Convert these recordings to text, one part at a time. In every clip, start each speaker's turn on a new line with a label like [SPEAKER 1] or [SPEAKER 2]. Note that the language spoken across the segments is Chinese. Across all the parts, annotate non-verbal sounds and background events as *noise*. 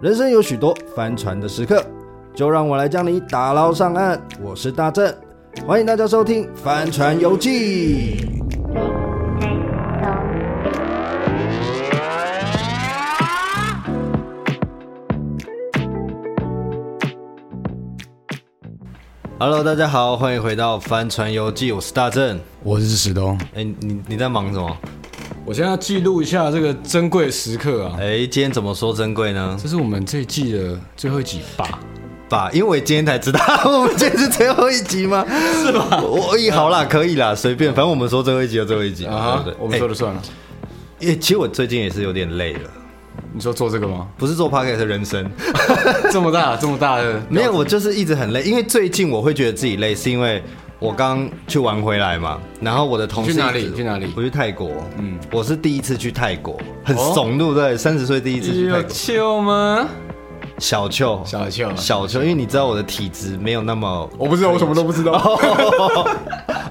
[SPEAKER 1] 人生有许多翻船的时刻，就让我来将你打捞上岸。我是大正，欢迎大家收听《帆船游记》。Hello，大家好，欢迎回到《帆船游记》，我是大正。
[SPEAKER 2] 我是史东，
[SPEAKER 1] 哎、你你在忙什么？
[SPEAKER 2] 我现在要记录一下这个珍贵时刻啊
[SPEAKER 1] 哎、，今天怎么说珍贵呢？
[SPEAKER 2] 这是我们这一季的最后一集吧？
[SPEAKER 1] 吧，因为我今天才知道我们今天是最后一集吗？是吧？我也好
[SPEAKER 2] 嗯
[SPEAKER 1] 啦，可以啦，随便，反正我们说最后一集就最后一集嘛，对不对？
[SPEAKER 2] 啊我们说了算了。
[SPEAKER 1] 哎、欸其实我最近也是有点累了，？
[SPEAKER 2] 你说做这个吗
[SPEAKER 1] 不是做 podcast 的人生，
[SPEAKER 2] 这么大，这么大的，
[SPEAKER 1] *laughs* 没有，我就是一直很累，因为最近我会觉得自己累，是因为我刚去玩回来嘛，然后我的同事
[SPEAKER 2] 你去哪里
[SPEAKER 1] 一直
[SPEAKER 2] 你去哪里哦
[SPEAKER 1] 我去泰国，嗯，我是第一次去泰国，很怂，对不对？三十岁第一次去泰
[SPEAKER 2] 有
[SPEAKER 1] 国，
[SPEAKER 2] 秀吗？
[SPEAKER 1] 小邱，
[SPEAKER 2] 小哦秀，
[SPEAKER 1] 小邱，因为你知道我的体质没有那么
[SPEAKER 2] 我不知道，我什么都不
[SPEAKER 1] *laughs*
[SPEAKER 2] 知道。
[SPEAKER 1] OK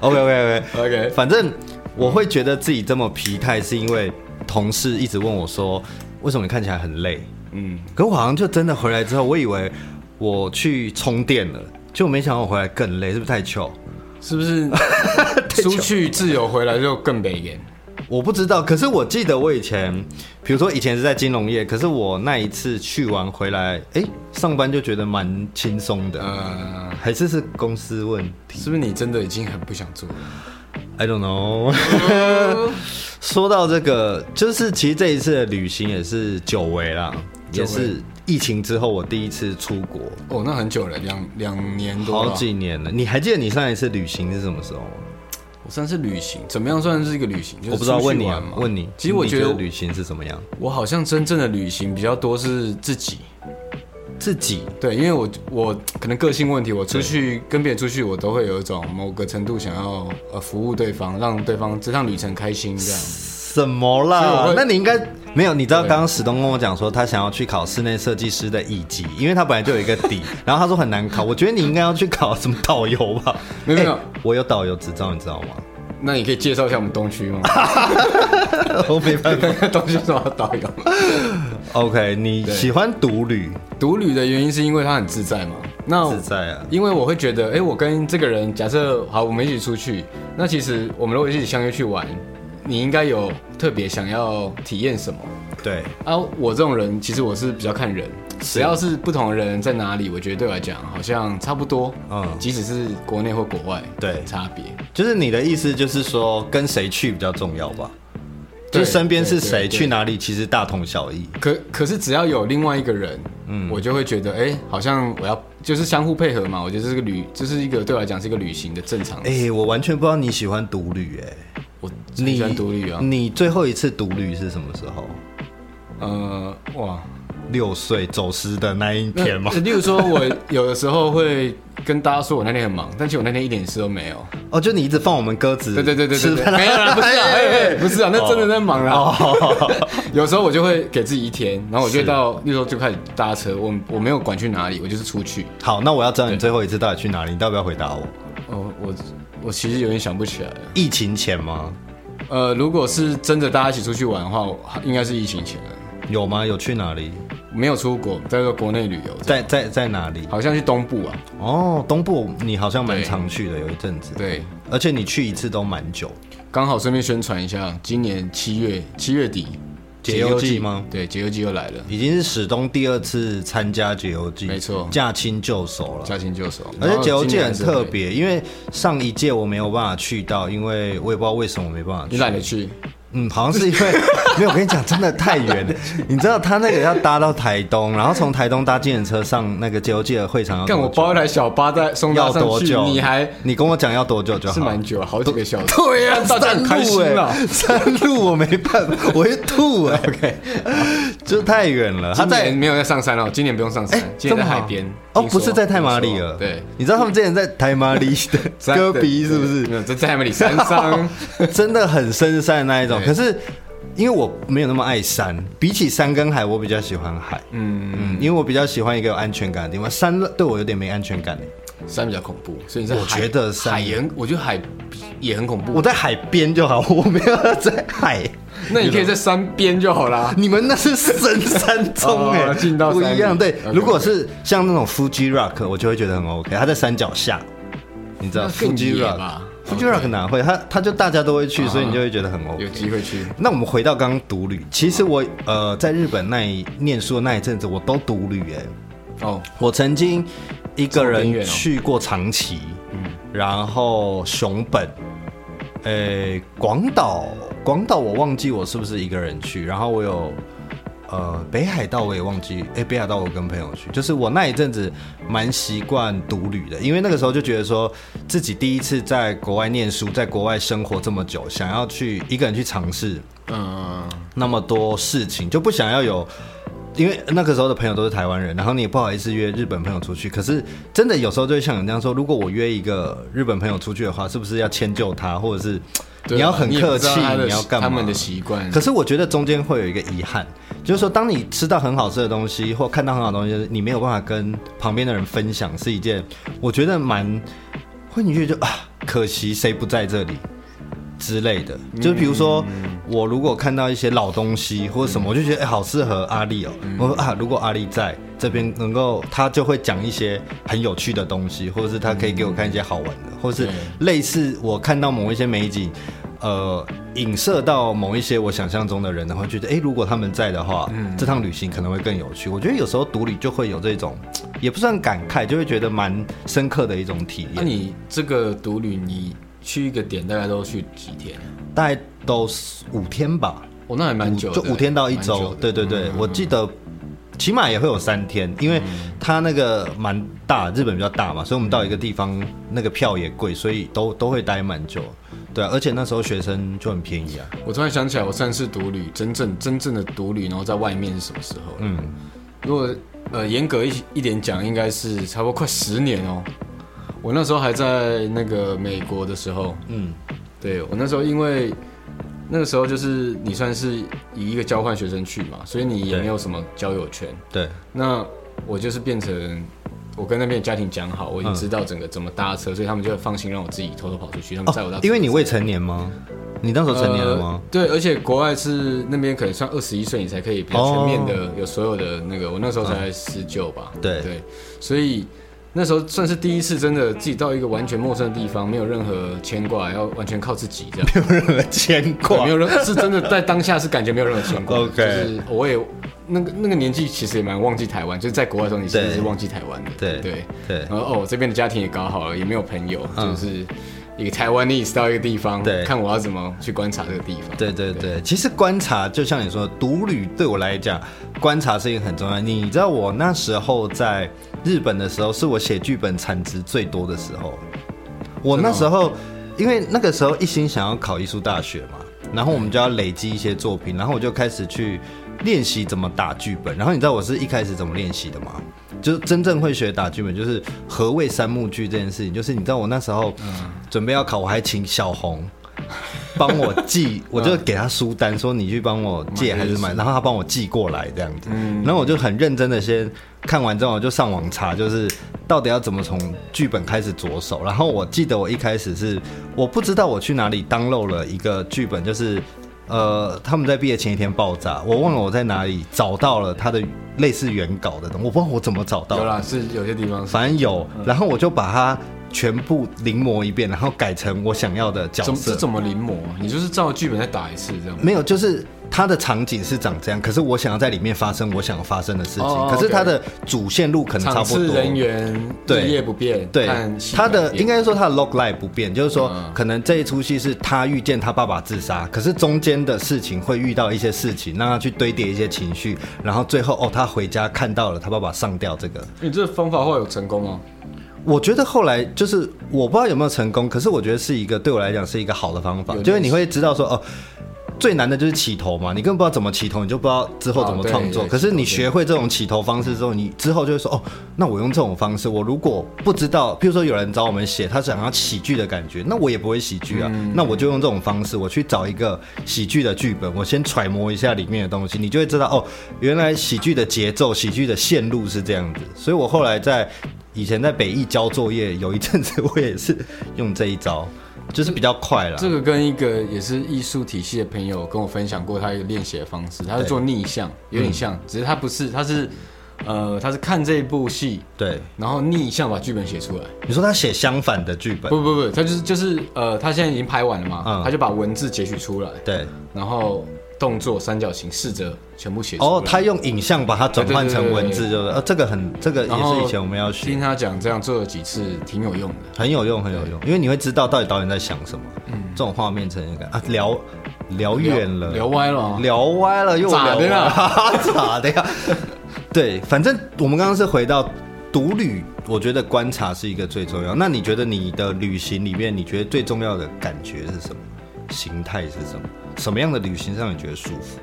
[SPEAKER 1] OK 哦 OK
[SPEAKER 2] OK
[SPEAKER 1] 反正我会觉得自己这么疲态，是因为同事一直问我说，为什么你看起来很累？
[SPEAKER 2] 嗯，
[SPEAKER 1] 可我好像就真的回来之后，我以为我去充电了，就没想到我回来更累，是不是太糗？
[SPEAKER 2] 是
[SPEAKER 1] *laughs*
[SPEAKER 2] 不是出去自由回来就更北眼？
[SPEAKER 1] 我不知道，可是我记得我以前，比如说以前是在金融业，可是我那一次去完回来，哎、上班就觉得蛮轻松的，
[SPEAKER 2] 呃，
[SPEAKER 1] 还是是公司问题
[SPEAKER 2] 是不是你真的已经很不想做了？
[SPEAKER 1] ？I don't know。说 *laughs*
[SPEAKER 2] Oh
[SPEAKER 1] 到这个，就是其实这一次的旅行也是久违啦，
[SPEAKER 2] 久
[SPEAKER 1] 也
[SPEAKER 2] 违
[SPEAKER 1] 是疫情之后我第一次出国，
[SPEAKER 2] 哦，那很久了，两两年多啊
[SPEAKER 1] 好
[SPEAKER 2] 了。
[SPEAKER 1] 几年了。你还记得你上一次旅行是什么时候吗？
[SPEAKER 2] 我算是旅行，怎么样算是一个旅行？就是
[SPEAKER 1] 我不知道，
[SPEAKER 2] 出去
[SPEAKER 1] 问你
[SPEAKER 2] 玩
[SPEAKER 1] 啊
[SPEAKER 2] 嘛，
[SPEAKER 1] 问你，
[SPEAKER 2] 其实我
[SPEAKER 1] 你
[SPEAKER 2] 觉
[SPEAKER 1] 觉
[SPEAKER 2] 得
[SPEAKER 1] 旅行是怎么样？
[SPEAKER 2] 我好像真正的旅行比较多是自己，
[SPEAKER 1] 自己
[SPEAKER 2] 对，因为我我可能个性问题，我出去跟别人出去，我都会有一种某个程度想要呃服务对方，让对方这趟旅程开心这样。
[SPEAKER 1] 什么
[SPEAKER 2] 所以我
[SPEAKER 1] 啦
[SPEAKER 2] 会？
[SPEAKER 1] 那你应该没有，你知道
[SPEAKER 2] 对
[SPEAKER 1] 刚刚史东跟我讲说他想要去考室内设计师的乙级，因为他本来就有一个
[SPEAKER 2] *laughs*
[SPEAKER 1] 底，然后他说很难考，我觉得你应该要去考什么导游吧？
[SPEAKER 2] 没有没有
[SPEAKER 1] 哎我有导游执照，你知道吗？ *laughs*
[SPEAKER 2] 那你可以介绍一下我们东区吗？ *laughs*
[SPEAKER 1] 我没办法。
[SPEAKER 2] 东区什么导游？
[SPEAKER 1] OK，你喜欢独旅
[SPEAKER 2] 独旅的原因是因为他很自在嘛。那
[SPEAKER 1] 自在啊？
[SPEAKER 2] 因为我会觉得，哎、我跟这个人，假设好，我们一起出去，那其实我们如果一起相约去玩，你应该有特别想要体验什么
[SPEAKER 1] 对，
[SPEAKER 2] 啊？我这种人，其实我是比较看人，只要是不同的人在哪里，我觉得对我来讲好像差不多，
[SPEAKER 1] 嗯
[SPEAKER 2] 嗯，即使是国内或国外，
[SPEAKER 1] 对
[SPEAKER 2] 差别。
[SPEAKER 1] 就是你的意思就是说跟谁去比较重要吧？就
[SPEAKER 2] 对
[SPEAKER 1] 是身边是
[SPEAKER 2] 对
[SPEAKER 1] 谁，
[SPEAKER 2] 对对
[SPEAKER 1] 去哪里其实大同小异。
[SPEAKER 2] 可可是只要有另外一个人，嗯，我就会觉得，哎、好像我要就是相互配合嘛。我觉得这个旅，这、是一个对我来讲是一个旅行的正常。
[SPEAKER 1] 哎、我完全不知道你喜欢独旅、哎，
[SPEAKER 2] 我很
[SPEAKER 1] 你
[SPEAKER 2] 喜欢独旅啊，
[SPEAKER 1] 你最后一次独旅是什么时候？
[SPEAKER 2] 呃，哇。
[SPEAKER 1] 六岁走失的那一
[SPEAKER 2] 那呃
[SPEAKER 1] 天吗？
[SPEAKER 2] 例如说，我有的时候会跟大家说我那天很忙，但其实我那天一点事都没有。
[SPEAKER 1] 哦，就你一直放我们鸽子，
[SPEAKER 2] 对对对对
[SPEAKER 1] 吃
[SPEAKER 2] 对对，
[SPEAKER 1] 饭
[SPEAKER 2] 没有啦，不是啊，哎哎不是啊，那真的在忙啦。
[SPEAKER 1] 哦，
[SPEAKER 2] *laughs* 有时候我就会给自己一天，然后我就是到，例如说就开始搭车，我我没有管去哪里，我就是出去。
[SPEAKER 1] 好，那我要知道你最后一次到底去哪里，你到底要不要回答我？
[SPEAKER 2] 哦，我我其实有点想不起来了。
[SPEAKER 1] 疫情前吗？
[SPEAKER 2] 呃，如果是真的大家一起出去玩的话，我应该是疫情前了，
[SPEAKER 1] 有吗？有去哪里？
[SPEAKER 2] 没有出国，在这个国内旅游，
[SPEAKER 1] 在在在哪里？
[SPEAKER 2] 好像去东部啊。
[SPEAKER 1] 哦，东部你好像蛮
[SPEAKER 2] 对
[SPEAKER 1] 常去的，有一阵子。
[SPEAKER 2] 对，
[SPEAKER 1] 而且你去一次都蛮久，
[SPEAKER 2] 刚好顺便宣传一下，今年七月七月底
[SPEAKER 1] 解忧季吗
[SPEAKER 2] 对，解忧季又来了。
[SPEAKER 1] 已经是史东第二次参加解忧季，
[SPEAKER 2] 没错
[SPEAKER 1] 驾轻就熟了。
[SPEAKER 2] 驾轻就熟，
[SPEAKER 1] 而且解忧季
[SPEAKER 2] 然
[SPEAKER 1] 很
[SPEAKER 2] 后今年是
[SPEAKER 1] 特，别，因为上一届我没有办法去到，因为我也不知道为什么我没办法去
[SPEAKER 2] 你。懒得去，
[SPEAKER 1] 嗯，好像是因为没有。我跟你讲，真的太
[SPEAKER 2] *laughs*
[SPEAKER 1] 远了。你知道他那个要搭到台东，然后从台东搭计程车上那个解忧记的会场要
[SPEAKER 2] 干
[SPEAKER 1] 多
[SPEAKER 2] 我
[SPEAKER 1] 久
[SPEAKER 2] 包一台小巴在送
[SPEAKER 1] 要
[SPEAKER 2] 到
[SPEAKER 1] 多
[SPEAKER 2] 上去，
[SPEAKER 1] 久？
[SPEAKER 2] 你还
[SPEAKER 1] 你跟我讲要多久就是好
[SPEAKER 2] 蛮。久，好几个小时。
[SPEAKER 1] *laughs* 对呀、
[SPEAKER 2] *laughs*
[SPEAKER 1] 欸
[SPEAKER 2] 大家很开心啊哦
[SPEAKER 1] 了。
[SPEAKER 2] 啦
[SPEAKER 1] *laughs* 山路我没办法，我会吐哎、
[SPEAKER 2] OK，
[SPEAKER 1] 就太远了。他
[SPEAKER 2] 他在
[SPEAKER 1] 在
[SPEAKER 2] 没有在上山哦，今年不用上山，
[SPEAKER 1] 哎这
[SPEAKER 2] 今年
[SPEAKER 1] 么
[SPEAKER 2] 在
[SPEAKER 1] 好
[SPEAKER 2] 海边。
[SPEAKER 1] 哦，
[SPEAKER 2] 听说
[SPEAKER 1] 不是在泰马里
[SPEAKER 2] 听说
[SPEAKER 1] 了。
[SPEAKER 2] 对，
[SPEAKER 1] 你知道他们之前在泰马
[SPEAKER 2] *laughs*
[SPEAKER 1] 里的
[SPEAKER 2] 在
[SPEAKER 1] 戈壁是不是？？
[SPEAKER 2] 没有，在泰马里山
[SPEAKER 1] *laughs*
[SPEAKER 2] 上。 *laughs*
[SPEAKER 1] 真的很深山那一种。
[SPEAKER 2] 对
[SPEAKER 1] 可是因为我没有那么爱山，比起山跟海，我比较喜欢海。
[SPEAKER 2] 嗯，
[SPEAKER 1] 嗯，因为我比较喜欢一个有安全感的地方，山对我有点没安全感。
[SPEAKER 2] 山比较恐怖，所以你在
[SPEAKER 1] 我
[SPEAKER 2] 海
[SPEAKER 1] 觉得山
[SPEAKER 2] 海洋，我觉得海比也很恐
[SPEAKER 1] *laughs*
[SPEAKER 2] 怖。
[SPEAKER 1] 我在海边就好，我没有在海。
[SPEAKER 2] 那你可以在山边就
[SPEAKER 1] *laughs*
[SPEAKER 2] 好啦。
[SPEAKER 1] 你们那是深山中哎、
[SPEAKER 2] 哦进到
[SPEAKER 1] 不
[SPEAKER 2] 山里
[SPEAKER 1] 一样。对
[SPEAKER 2] OK，OK
[SPEAKER 1] 如果是像那种 Fuji Rock，我就会觉得很 OK。它在山脚下，你知道
[SPEAKER 2] 那更
[SPEAKER 1] Fuji
[SPEAKER 2] 野
[SPEAKER 1] Rock
[SPEAKER 2] 吧
[SPEAKER 1] Fuji Rock 哪会？它它就大家都会去，
[SPEAKER 2] 啊
[SPEAKER 1] 所以你就会觉得很 OK
[SPEAKER 2] 有。机会去。
[SPEAKER 1] 那我们回到刚刚独旅，其实我呃在日本那一念书的那一阵子，我都独旅哎、
[SPEAKER 2] 哦，
[SPEAKER 1] 我曾经一个
[SPEAKER 2] 这么边缘
[SPEAKER 1] 人
[SPEAKER 2] 哦
[SPEAKER 1] 去过长崎，然后熊本，诶、广岛，广岛我忘记我是不是一个人去，然后我有。呃，北海道我也忘记，诶，北海道我跟朋友去，就是我那一阵子蛮习惯独旅的，因为那个时候就觉得说自己第一次在国外念书，在国外生活这么久，想要去一个人去尝试，
[SPEAKER 2] 嗯，
[SPEAKER 1] 那么多事情，就不想要有。因为那个时候的朋友都是台湾人，然后你也不好意思约日本朋友出去。可是真的有时候就会像你这样说，如果我约一个日本朋友出去的话，是不是要迁就他，或者是
[SPEAKER 2] 对
[SPEAKER 1] 你要
[SPEAKER 2] 啦
[SPEAKER 1] 很
[SPEAKER 2] 也不
[SPEAKER 1] 客
[SPEAKER 2] 知道
[SPEAKER 1] 气，
[SPEAKER 2] 他的
[SPEAKER 1] 你要干嘛？
[SPEAKER 2] 他们的习惯
[SPEAKER 1] 可。是我觉得中间会有一个遗憾，就是说，当你吃到很好吃的东西或看到很好的东西，你没有办法跟旁边的人分享，是一件我觉得蛮会你觉得就啊，可惜谁不在这里之类的。就是比如说，我如果看到一些老东西或者什么，我就觉得哎、好适合阿丽哦。我说啊，如果阿丽在这边能够，他就会讲一些很有趣的东西，或者是他可以给我看一些好玩的，或是
[SPEAKER 2] 对
[SPEAKER 1] 类似我看到某一些美景，呃，影射到某一些我想象中的人的话，觉得哎、诶如果他们在的话，
[SPEAKER 2] 嗯
[SPEAKER 1] 这趟旅行可能会更有趣。我觉得有时候独旅就会有这种，也不算感慨，就会觉得蛮深刻的一种体
[SPEAKER 2] 那
[SPEAKER 1] 验。
[SPEAKER 2] 你这个独旅，你去一个点大概都去几天？
[SPEAKER 1] 大概都是五天吧，
[SPEAKER 2] 哦，那还蛮久
[SPEAKER 1] 五
[SPEAKER 2] 的，
[SPEAKER 1] 就五天到一
[SPEAKER 2] 蛮久
[SPEAKER 1] 周。
[SPEAKER 2] 的嗯
[SPEAKER 1] 对对对，我记得。起码也会有三天，因为它那个蛮大，日本比较大嘛，所以我们到一个地方，那个票也贵，所以都都会待蛮久。对啊，而且那时候学生就很便宜啊。
[SPEAKER 2] 我突然想起来，我上次独旅，真正真正的独旅，然后在外面是什么时候？
[SPEAKER 1] 嗯，
[SPEAKER 2] 如果呃严格一一点讲，应该是差不多快十年哦。我那时候还在那个美国的时候，
[SPEAKER 1] 嗯，
[SPEAKER 2] 对我那时候因为那个时候就是你算是以一个交换学生去嘛，所以你也
[SPEAKER 1] 对
[SPEAKER 2] 没有什么交友圈。
[SPEAKER 1] 对，
[SPEAKER 2] 那我就是变成我跟那边的家庭讲好，我已
[SPEAKER 1] 嗯
[SPEAKER 2] 经知道整个怎么搭车，所以他们就放心让我自己偷偷跑出去，他们载我到、
[SPEAKER 1] 哦，因为你未成年吗？你那时候成年了吗
[SPEAKER 2] 呃？？对，而且国外是那边可能算二十一岁你才可以比较全面的、有所有的那个，我那时候才十九吧，
[SPEAKER 1] 哦嗯对
[SPEAKER 2] 对，所以那时候算是第一次真的自己到一个完全陌生的地方，没有任何牵挂，要完全靠自己这样。
[SPEAKER 1] 呃 *laughs* 没有任何牵
[SPEAKER 2] 对没有任，是真的在当下是感觉没有任何牵挂。
[SPEAKER 1] OK
[SPEAKER 2] 就是我也那个那个年纪其实也蛮忘记台湾，就是在国外的时候你其实
[SPEAKER 1] 对
[SPEAKER 2] 是忘记台湾的。
[SPEAKER 1] 对
[SPEAKER 2] 对
[SPEAKER 1] 对
[SPEAKER 2] 然后哦，这边的家庭也搞好了，也没有朋友，
[SPEAKER 1] 嗯
[SPEAKER 2] 就是一个台湾 e 到一个地方，
[SPEAKER 1] 对
[SPEAKER 2] 看我要怎么去观察这个地方。
[SPEAKER 1] 对对对，其实观察就像你说，独旅对我来讲，观察是一个很重要的。你知道我那时候在日本的时候，是我写剧本产值最多的时候。我那时候，因为那个时候一心想要考艺术大学嘛，然后我们就要累积一些作品，然后我就开始去练习怎么打剧本。然后你知道我是一开始怎么练习的吗？就是真正会学打剧本，就是何谓三幕剧这件事情。就是你知道我那时候准备要考，我还请小红帮我寄，
[SPEAKER 2] 嗯
[SPEAKER 1] 我就给他书单，说你去帮我借还是买，然后他帮我寄过来这样子。
[SPEAKER 2] 嗯
[SPEAKER 1] 然后我就很认真的先看完之后，我就上网查，就是到底要怎么从剧本开始着手。然后我记得我一开始是我不知道我去哪里当漏了一个剧本，就是。呃，他们在毕业前一天爆炸，我忘了我在哪里找到了他的类似原稿的东西，我不知道我怎么找到的
[SPEAKER 2] 有啦，嗯是有些地方是
[SPEAKER 1] 反正有，然后我就把它全部临摹一遍，然后改成我想要的角
[SPEAKER 2] 怎么
[SPEAKER 1] 色
[SPEAKER 2] 这。怎么临摹啊？你就是照剧本再打一次这样。
[SPEAKER 1] 没有，就是它的场景是长这样，可是我想要在里面发生我想要发生的事情，
[SPEAKER 2] 哦
[SPEAKER 1] 可是
[SPEAKER 2] OK
[SPEAKER 1] 它的主线路可能嗯差
[SPEAKER 2] 场
[SPEAKER 1] 不多。
[SPEAKER 2] 次人员
[SPEAKER 1] 对
[SPEAKER 2] 日夜不变，
[SPEAKER 1] 对
[SPEAKER 2] 看，戏
[SPEAKER 1] 他
[SPEAKER 2] 改
[SPEAKER 1] 的
[SPEAKER 2] 变
[SPEAKER 1] 应该说他的 log line 不变，就是说
[SPEAKER 2] 嗯
[SPEAKER 1] 可能这一出戏是他遇见他爸爸自杀，可是中间的事情会遇到一些事情，让他去堆叠一些情绪，然后最后哦，他回家看到了他爸爸上吊这个，
[SPEAKER 2] 你这方法后来有成功哦吗？
[SPEAKER 1] 我觉得后来就是我不知道有没有成功，可是我觉得是一个对我来讲是一个好的方法
[SPEAKER 2] 有，
[SPEAKER 1] 就是你会知道说哦，最难的就是起头嘛，你根本不知道怎么起头，你就不知道之后怎么创作。
[SPEAKER 2] 哦对对
[SPEAKER 1] 可是你
[SPEAKER 2] 起头对
[SPEAKER 1] 学会这种起头方式之后，你之后就会说哦，那我用这种方式，我如果不知道，譬如说有人找我们写他想要喜剧的感觉，那我也不会喜剧啊，
[SPEAKER 2] 嗯
[SPEAKER 1] 那我就用这种方式，我去找一个喜剧的剧本，我先揣摩一下里面的东西，你就会知道哦，原来喜剧的节奏、喜剧的线路是这样子。所以我后来在以前在北艺交作业有一阵子，我也是用这一招。就是比较快啦。
[SPEAKER 2] 这个跟一个也是艺术体系的朋友跟我分享过，他一个练习的方式，他是
[SPEAKER 1] 对嗯
[SPEAKER 2] 做逆向，有点像，只是他不是，他是呃，他是看这一部戏，
[SPEAKER 1] 对，
[SPEAKER 2] 然后逆向把剧本写出来。
[SPEAKER 1] 你说他写相反的剧本，
[SPEAKER 2] 不不不，他就是就是呃，他现在已经拍完了嘛，
[SPEAKER 1] 嗯
[SPEAKER 2] 他就把文字截取出来，
[SPEAKER 1] 对，
[SPEAKER 2] 然后动作、三角形、试着全部写出来。
[SPEAKER 1] 哦，他用影像把它转换成文字，
[SPEAKER 2] 对
[SPEAKER 1] 就是呃，这个很，这个也
[SPEAKER 2] 然后
[SPEAKER 1] 是以前我们要学，
[SPEAKER 2] 听他讲这样做了几次，挺有用的。
[SPEAKER 1] 很有用，很有用，因为你会知道到底导演在想什么，
[SPEAKER 2] 嗯
[SPEAKER 1] 这种画面呈现感啊，聊聊远了，
[SPEAKER 2] 聊歪了啊，
[SPEAKER 1] 聊歪了又
[SPEAKER 2] 咋
[SPEAKER 1] 聊
[SPEAKER 2] 的啦
[SPEAKER 1] 啦， *laughs* 咋的呀？对，反正我们刚刚是回到独旅，我觉得观察是一个最重要。那你觉得你的旅行里面，你觉得最重要的感觉是什么？形态是什么？什么样的旅行让你觉得舒服？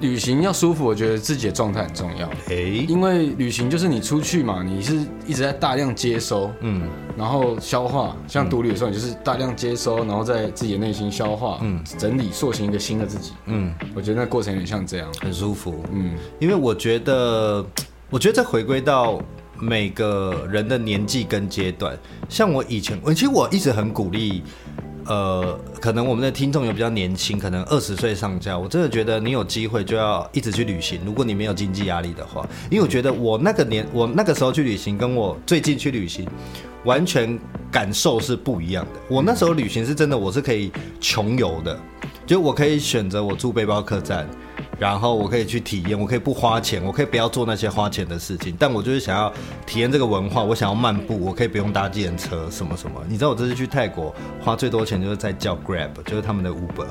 [SPEAKER 2] 旅行要舒服，我觉得自己的状态很重要。
[SPEAKER 1] 诶，
[SPEAKER 2] 因为旅行就是你出去嘛，你是一直在大量接收，
[SPEAKER 1] 嗯，
[SPEAKER 2] 然后消化。像独旅的时候，你就是大量接收，然后在自己的内心消化，嗯，整理塑形一个新的自己。
[SPEAKER 1] 嗯，
[SPEAKER 2] 我觉得那过程有点像这样，
[SPEAKER 1] 很舒服。
[SPEAKER 2] 嗯，
[SPEAKER 1] 因为我觉得，我觉得这回归到每个人的年纪跟阶段。像我以前，我其实我一直很鼓励，呃，可能我们的听众有比较年轻，可能二十岁上下，我真的觉得你有机会就要一直去旅行。如果你没有经济压力的话，因为我觉得我那个年，我那个时候去旅行，跟我最近去旅行。完全感受是不一样的。我那时候旅行是真的，我是可以穷游的，就我可以选择我住背包客栈，然后我可以去体验，我可以不花钱，我可以不要做那些花钱的事情，但我就是想要体验这个文化，我想要漫步，我可以不用搭计程车什么什么。你知道我这次去泰国花最多钱就是在叫 Grab，就是他们的 Uber，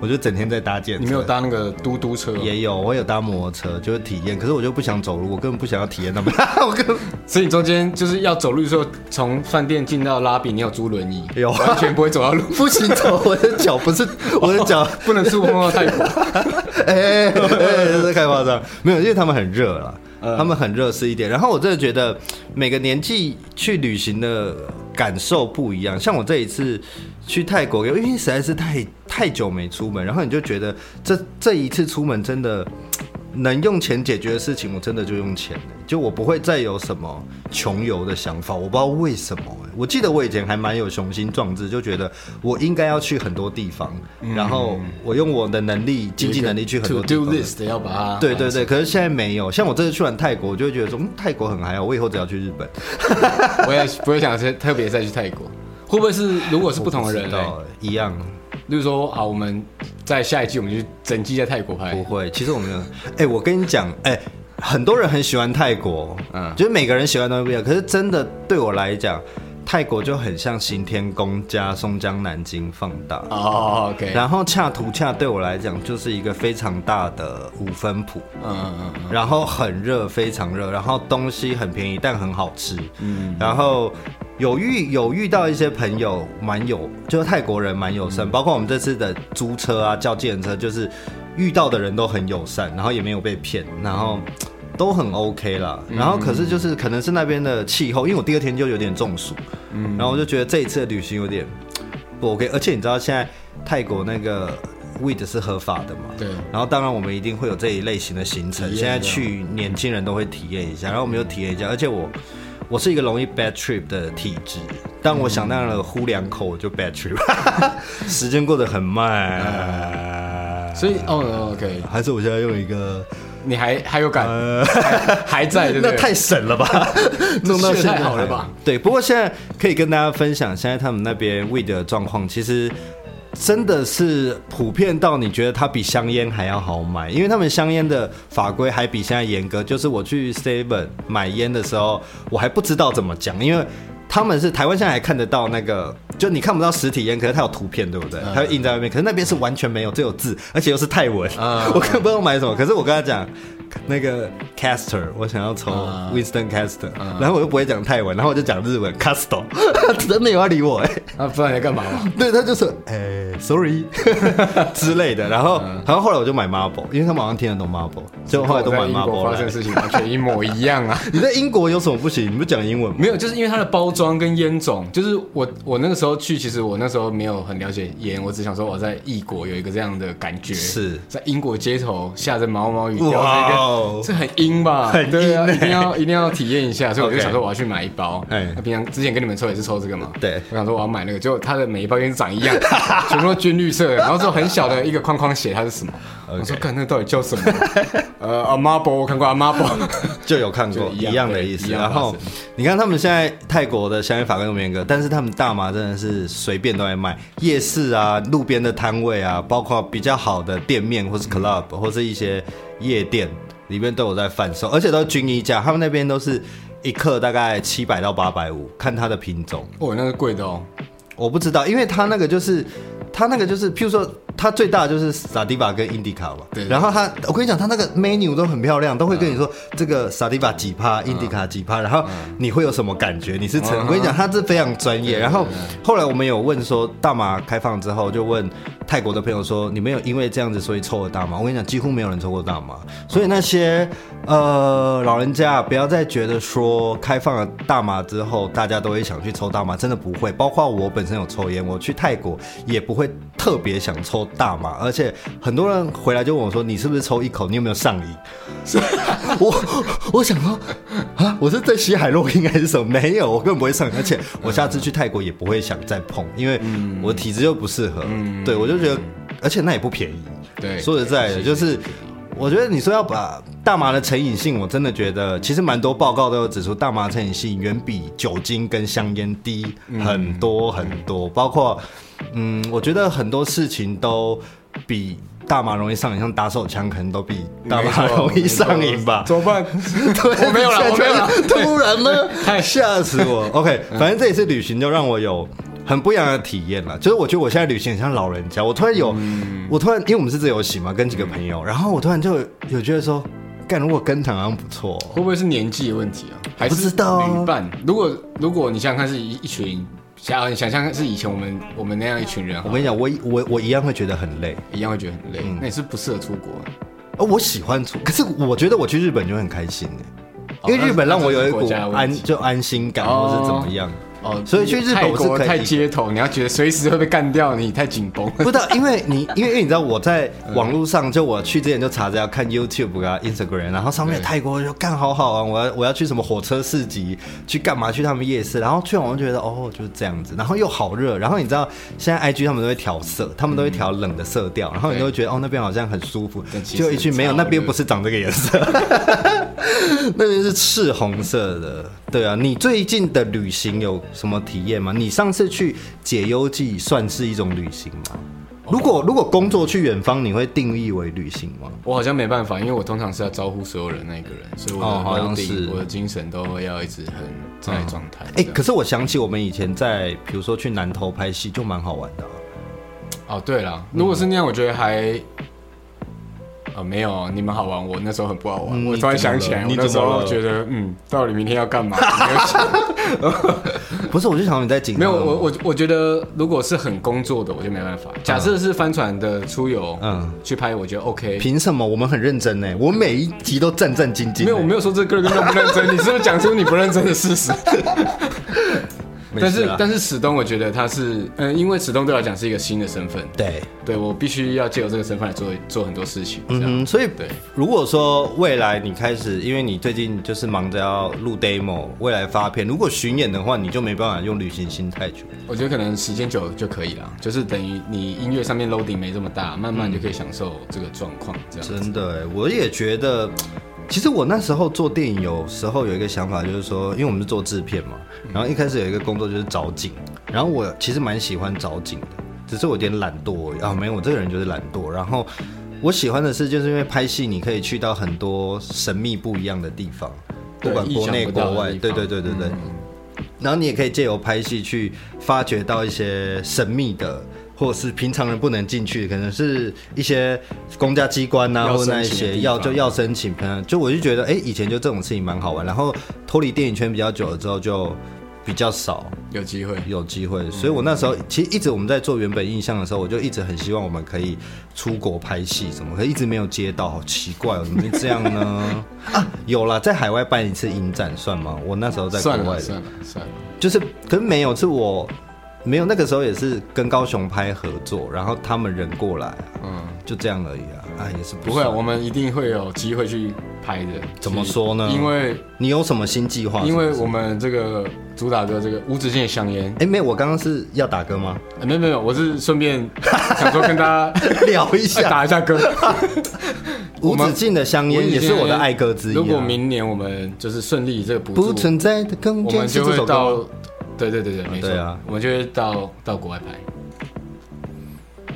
[SPEAKER 1] 我就整天在搭计程车。
[SPEAKER 2] 你没有搭那个嘟嘟车，
[SPEAKER 1] 也有，我有搭摩托车，就是体验。可是我就不想走路，我根本不想要体验那么， *laughs* 我根本
[SPEAKER 2] 所以你中间就是要走路的时候，从饭店进到拉比，你有租轮椅，
[SPEAKER 1] 有
[SPEAKER 2] 完全不会走到路，
[SPEAKER 1] *laughs* 不行走，我的脚不是我的脚，
[SPEAKER 2] 不能触碰到泰国。
[SPEAKER 1] 哎、欸，这太夸张，没有，因为他们很热了，
[SPEAKER 2] 嗯
[SPEAKER 1] 他们很热是一点。然后我真的觉得每个年纪去旅行的感受不一样，像我这一次去泰国，因为实在是太太久没出门，然后你就觉得这这一次出门真的。能用钱解决的事情，我真的就用钱了就我不会再有什么穷游的想法，我不知道为什么欸、我记得我以前还蛮有雄心壮志，就觉得我应该要去很多地方，然后我用我的能力、 *laughs* 经济能力去很多
[SPEAKER 2] to
[SPEAKER 1] 地
[SPEAKER 2] do
[SPEAKER 1] 方。
[SPEAKER 2] list 啊要把它
[SPEAKER 1] *laughs* 对对对，可是现在没有。像我这次去完泰国，我就会觉得说，嗯，泰国很还好，我以后只要去日本。
[SPEAKER 2] 我也不会想再特别再去泰国，会不会是如果是 *laughs* 不同的人、
[SPEAKER 1] 我不知
[SPEAKER 2] 欸？
[SPEAKER 1] 道一样
[SPEAKER 2] 例如说啊，我们在下一季我们就整季在泰国拍
[SPEAKER 1] 不，会。其实我们有，哎、我跟你讲，哎、很多人很喜欢泰国，嗯
[SPEAKER 2] 嗯，
[SPEAKER 1] 就是每个人喜欢的东西不一样。可是真的对我来讲，泰国就很像行天宫加松江南京放大。
[SPEAKER 2] 哦，OK，嗯
[SPEAKER 1] 然后恰图恰对我来讲就是一个非常大的五分谱，
[SPEAKER 2] 嗯嗯嗯，
[SPEAKER 1] 然后很热，非常热，然后东西很便宜，但很好吃。嗯，然后有遇有遇到一些朋友蛮有，就是泰国人蛮友善，包括我们这次的租车啊、叫计程车，就是遇到的人都很友善，然后也没有被骗，然后。都很 OK 啦，然后可是就是可能是那边的气候，因为我第二天就有点中暑，嗯，然后我就觉得这一次的旅行有点不 OK，而且你知道现在泰国那个 weed 是合法的嘛？
[SPEAKER 2] 对
[SPEAKER 1] 然后当然我们一定会有这一类型的行程，
[SPEAKER 2] 体验
[SPEAKER 1] 现在
[SPEAKER 2] 这样
[SPEAKER 1] 去年轻人都会体验一下，然后我们又体验一下，而且我我是一个容易 bad trip 的体质，当我想到了呼两口我就 bad trip，时间过得很慢，
[SPEAKER 2] 所以哦，OK，
[SPEAKER 1] 还是我现在用一个
[SPEAKER 2] 你还还有感，还还在对不
[SPEAKER 1] 呃 *laughs* 那
[SPEAKER 2] 对？
[SPEAKER 1] 太省
[SPEAKER 2] *laughs*
[SPEAKER 1] 了吧，弄到现在
[SPEAKER 2] 这太好了吧？
[SPEAKER 1] 对，不过现在可以跟大家分享，现在他们那边 weed 的状况，其实真的是普遍到你觉得它比香烟还要好买，因为他们香烟的法规还比现在严格。就是我去 Seven 买烟的时候，我还不知道怎么讲，因为。他们是台湾现在还看得到那个，就你看不到实体烟，可是它有图片，对不对？
[SPEAKER 2] 嗯
[SPEAKER 1] 它会印在外面，可是那边是完全没有，只有字，而且又是泰文，
[SPEAKER 2] 嗯
[SPEAKER 1] 我根本不知道买什么。可是我跟他讲，那个 Caster，我想要抽
[SPEAKER 2] 嗯
[SPEAKER 1] Winston Caster，、然后我又不会讲泰文，然后我就讲日文 Casto，真 *laughs* 的有要理我哎、
[SPEAKER 2] *laughs* 啊，不然你在干嘛嘛？
[SPEAKER 1] 对他就说哎、s
[SPEAKER 2] 呃
[SPEAKER 1] o r r y *laughs* 之类的，然后
[SPEAKER 2] 嗯
[SPEAKER 1] 然后后来我就买 Marble，因为他们好像听得懂 Marble，所以我后来都买
[SPEAKER 2] 跟我在英
[SPEAKER 1] Marble
[SPEAKER 2] 国发
[SPEAKER 1] 来
[SPEAKER 2] 生的事情完全一模一样啊。
[SPEAKER 1] 你在英国有什么不行？你不讲英文吗？
[SPEAKER 2] 没有，就是因为它的包装跟烟种，就是我我那个时候去，其实我那时候没有很了解烟，我只想说我在异国有一个这样的感觉，
[SPEAKER 1] 是
[SPEAKER 2] 在英国街头下着毛毛雨，叼着一
[SPEAKER 1] 哇
[SPEAKER 2] 根
[SPEAKER 1] 哦
[SPEAKER 2] 这很阴吧？
[SPEAKER 1] *laughs* 很阴
[SPEAKER 2] 对啊，
[SPEAKER 1] 欸
[SPEAKER 2] 一定
[SPEAKER 1] *laughs*
[SPEAKER 2] 要一定要体验一下，所以我就
[SPEAKER 1] OK
[SPEAKER 2] 想说我要去买一包。
[SPEAKER 1] 哎
[SPEAKER 2] 那平常之前跟你们抽也是抽这个嘛？
[SPEAKER 1] 对
[SPEAKER 2] 我想说我要买那个，结果它的每一包烟长一
[SPEAKER 1] *laughs*
[SPEAKER 2] 样，全部都军绿色的，然后之后很小的一个框框写它
[SPEAKER 1] *laughs*
[SPEAKER 2] 是什么。
[SPEAKER 1] OK
[SPEAKER 2] 我说看那个到底叫什么？呃阿 m a 我看过阿
[SPEAKER 1] *laughs*
[SPEAKER 2] m a
[SPEAKER 1] 就有看过
[SPEAKER 2] 就一
[SPEAKER 1] 一
[SPEAKER 2] 样
[SPEAKER 1] 样的
[SPEAKER 2] 对
[SPEAKER 1] 意思。
[SPEAKER 2] 一样
[SPEAKER 1] 然后
[SPEAKER 2] 发
[SPEAKER 1] 你看他们现在泰国的香烟法规那么严格，但是他们大麻真的是随便都在卖，夜市啊、路边的摊位啊，包括比较好的店面或是 club
[SPEAKER 2] 嗯
[SPEAKER 1] 或是一些夜店里面都有在贩售，而且都是均一价，他们那边都是一克大概七百到八百五，看它的品种。
[SPEAKER 2] 哦，那是贵的哦。
[SPEAKER 1] 我不知道，因为它那个就是，它那个就是，譬如说，它最大的就是萨迪巴跟印迪卡嘛。
[SPEAKER 2] 对
[SPEAKER 1] 然后它，我跟你讲，它那个 menu 都很漂亮，都会跟你说、
[SPEAKER 2] 嗯
[SPEAKER 1] 这个萨迪巴几趴，印迪卡几趴，然后你会有什么感觉？你是成？
[SPEAKER 2] 嗯
[SPEAKER 1] 我跟你讲，它是非常专业。
[SPEAKER 2] 对
[SPEAKER 1] 然后
[SPEAKER 2] 对
[SPEAKER 1] 后来我们有问说，大麻开放之后，就问泰国的朋友说，你们有因为这样子所以抽了大麻？我跟你讲，几乎没有人抽过大麻。所以那些呃老人家啊不要再觉得说开放了大麻之后，大家都会想去抽大麻，真的不会。包括我本身有抽烟，我去泰国也不会特别想抽大麻，而且很多人回来就问我说，你是不是抽一口？你有没有上瘾？ *laughs* 我我想说啊，我是在吸海洛因还是什么？没有，我根本不会上瘾，而且我下次去泰国也不会想再碰，因为我体质又不适合。对，我就觉得，而且那也不便宜。
[SPEAKER 2] 对，
[SPEAKER 1] 说实在的，就是我觉得你说要把大麻的成瘾性，我真的觉得其实蛮多报告都有指出，大麻成瘾性远比酒精跟香烟低很多很多，包括嗯，我觉得很多事情都比。大麻容易上瘾，像打手枪可能都比大
[SPEAKER 2] 没
[SPEAKER 1] 麻
[SPEAKER 2] 错
[SPEAKER 1] 容易上瘾吧。
[SPEAKER 2] 怎么办？
[SPEAKER 1] *laughs* 对
[SPEAKER 2] 我没有啦我没有嗯啦
[SPEAKER 1] 突然
[SPEAKER 2] *laughs*
[SPEAKER 1] 呢
[SPEAKER 2] 对，太
[SPEAKER 1] 吓死我。OK，反正这一次旅行就让我有很不一样的体验了。就是我觉得我现在旅行很像老人家，我突然有，
[SPEAKER 2] 嗯
[SPEAKER 1] 我突然因为我们是自由行嘛，跟几个朋友，然后我突然就有觉得说，干如果跟团好像不错哦、
[SPEAKER 2] 会不会是年纪的问题啊？还
[SPEAKER 1] 不
[SPEAKER 2] 是
[SPEAKER 1] 知道啊
[SPEAKER 2] 旅伴？如果如果你想想看，是一一群想呃你想象是以前我们我们那样一群人
[SPEAKER 1] 我嗯
[SPEAKER 2] 好了，
[SPEAKER 1] 跟你讲，我一我我一样会觉得很累。
[SPEAKER 2] 一样会觉得很累。那你是不适合出国啊，
[SPEAKER 1] 哦，我喜欢出，可是我觉得我去日本就很开心哎、因
[SPEAKER 2] 哦
[SPEAKER 1] 为日本让我有一
[SPEAKER 2] 那是
[SPEAKER 1] 股
[SPEAKER 2] 国家的问
[SPEAKER 1] 安
[SPEAKER 2] 题
[SPEAKER 1] 就安心感，或是怎么样。
[SPEAKER 2] 哦，
[SPEAKER 1] 所以去日本
[SPEAKER 2] 泰
[SPEAKER 1] 我是
[SPEAKER 2] 国
[SPEAKER 1] 可以
[SPEAKER 2] 太街头，你要觉得随时会被干掉，你太紧绷。 *laughs*
[SPEAKER 1] *laughs* 不知道，因为你因为因为你知道我在网络上，就我去之前就查着要看 YouTube 啊、Instagram，然后上面
[SPEAKER 2] 对
[SPEAKER 1] 泰国就干好好玩，我要我要去什么火车市集去干嘛？去他们夜市，然后去完我就觉得哦就是这样子，然后又好热，然后你知道现在 IG 他们都会调色，他们都会调冷的色调，然后你都会觉得哦那边好像很舒服
[SPEAKER 2] 但，其实
[SPEAKER 1] 就一去没有
[SPEAKER 2] 超
[SPEAKER 1] 那边
[SPEAKER 2] 热
[SPEAKER 1] 不是长这个颜色， *laughs* 那边是赤红色的。对啊，你最近的旅行有什么体验吗？你上次去解忧记算是一种旅行吗？
[SPEAKER 2] 哦
[SPEAKER 1] 如果如果工作去远方，你会定义为旅行吗？
[SPEAKER 2] 我好像没办法，因为我通常是要招呼所有人那一个人，所以我
[SPEAKER 1] 哦
[SPEAKER 2] 的
[SPEAKER 1] 好像
[SPEAKER 2] 标
[SPEAKER 1] 是
[SPEAKER 2] 定、我的精神都要一直很在状态。
[SPEAKER 1] 哎、
[SPEAKER 2] 这样
[SPEAKER 1] 可是我想起我们以前在，比如说去南投拍戏，就蛮好玩的啊、
[SPEAKER 2] 哦，对了，如果是那样，我觉得还。哦，没有，你们好玩，我那时候很不好玩。
[SPEAKER 1] 嗯
[SPEAKER 2] 我
[SPEAKER 1] 你
[SPEAKER 2] 突然
[SPEAKER 1] 怎么
[SPEAKER 2] 想起
[SPEAKER 1] 了
[SPEAKER 2] 来，
[SPEAKER 1] 你
[SPEAKER 2] 我那时
[SPEAKER 1] 怎么
[SPEAKER 2] 候
[SPEAKER 1] 了
[SPEAKER 2] 觉得，嗯，到底明天要干嘛？ *laughs* 没有想
[SPEAKER 1] 不是，我就想你在紧
[SPEAKER 2] 没
[SPEAKER 1] 张
[SPEAKER 2] 有，
[SPEAKER 1] 吗。
[SPEAKER 2] 我我我觉得如果是很工作的，我就没办法。假设是帆船的出游，
[SPEAKER 1] 嗯
[SPEAKER 2] 嗯，去拍，我觉得 OK。
[SPEAKER 1] 凭什么？我们很认真呢，我每一集都战战兢兢欸。
[SPEAKER 2] 没有，我没有说这个人认不认
[SPEAKER 1] *laughs*
[SPEAKER 2] 真，你是不是讲出你不认真的事实？
[SPEAKER 1] 没
[SPEAKER 2] 但
[SPEAKER 1] 事啊
[SPEAKER 2] 是
[SPEAKER 1] 啦，
[SPEAKER 2] 但是史东，我觉得他是，嗯，因为史东对我来讲是一个新的身份，
[SPEAKER 1] 对，
[SPEAKER 2] 对我必须要借由这个身份来做做很多事情，这样
[SPEAKER 1] 嗯，所以
[SPEAKER 2] 对。
[SPEAKER 1] 如果说未来你开始，因为你最近就是忙着要录 demo，未来发片，如果巡演的话，你就没办法用旅行心态去。
[SPEAKER 2] 我觉得可能时间久就可以了，就是等于你音乐上面 loading 没这么大，慢慢就可以享受这个状况，这样。
[SPEAKER 1] 真的欸，我也觉得，其实我那时候做电影，有时候有一个想法，就是说，因为我们是做制片嘛，
[SPEAKER 2] 嗯
[SPEAKER 1] 然后一开始有一个工作就是找景，然后我其实蛮喜欢找景的，只是我有点懒惰而已啊，没有，我这个人就是懒惰，然后。我喜欢的是，就是因为拍戏，你可以去到很多神秘不一样的地方，不
[SPEAKER 2] 对
[SPEAKER 1] 管
[SPEAKER 2] 意
[SPEAKER 1] 国
[SPEAKER 2] 想
[SPEAKER 1] 内
[SPEAKER 2] 不
[SPEAKER 1] 国
[SPEAKER 2] 到的
[SPEAKER 1] 外，
[SPEAKER 2] 地
[SPEAKER 1] 对对
[SPEAKER 2] 方嗯
[SPEAKER 1] 对对对。然后你也可以借由拍戏去发掘到一些神秘的，或者是平常人不能进去，可能是一些公家机关呐、
[SPEAKER 2] 要
[SPEAKER 1] 或那一
[SPEAKER 2] 申请
[SPEAKER 1] 些
[SPEAKER 2] 的地
[SPEAKER 1] 要
[SPEAKER 2] 方
[SPEAKER 1] 就要申请，可能就我就觉得，哎，以前就这种事情蛮好玩。然后脱离电影圈比较久了之后，就比较少
[SPEAKER 2] 有机会。
[SPEAKER 1] 有机会，所以我那时候其实一直我们在做原本印象的时候，我就一直很希望我们可以出国拍戏什么，可一直没有接到，好奇怪、哦，怎么会这样呢？啊，有啦，在海外办一次影展算吗？我那时候在国
[SPEAKER 2] 算
[SPEAKER 1] 外
[SPEAKER 2] 了
[SPEAKER 1] 的
[SPEAKER 2] 算了算了，
[SPEAKER 1] 就是可是没有，是我没有，那个时候也是跟高雄拍合作，然后他们人过来啊、
[SPEAKER 2] 嗯，
[SPEAKER 1] 就这样而已啊，啊也是不
[SPEAKER 2] 不会啊，
[SPEAKER 1] 算
[SPEAKER 2] 我们一定会有机会去拍的。
[SPEAKER 1] 怎么说呢
[SPEAKER 2] 因为
[SPEAKER 1] 你有什么新计划？
[SPEAKER 2] 因为我们这个主打的这个无止境的香烟，
[SPEAKER 1] 哎没有，我刚刚是要打歌
[SPEAKER 2] *laughs*
[SPEAKER 1] 吗？
[SPEAKER 2] 啊没有没有，我是
[SPEAKER 1] *laughs*
[SPEAKER 2] 顺便想说跟大家
[SPEAKER 1] 聊一下
[SPEAKER 2] 哎打一下歌。我
[SPEAKER 1] 无
[SPEAKER 2] 们
[SPEAKER 1] 止境的香烟也是我的爱歌之一啊、
[SPEAKER 2] 如果明年我们就是顺利这个补
[SPEAKER 1] 不
[SPEAKER 2] 助，
[SPEAKER 1] 存在的空
[SPEAKER 2] 我
[SPEAKER 1] 间
[SPEAKER 2] 们
[SPEAKER 1] 是
[SPEAKER 2] 就
[SPEAKER 1] 这
[SPEAKER 2] 会
[SPEAKER 1] 首歌吗
[SPEAKER 2] 到，对对对对，没错，
[SPEAKER 1] 对啊
[SPEAKER 2] 我们就会到到国外拍。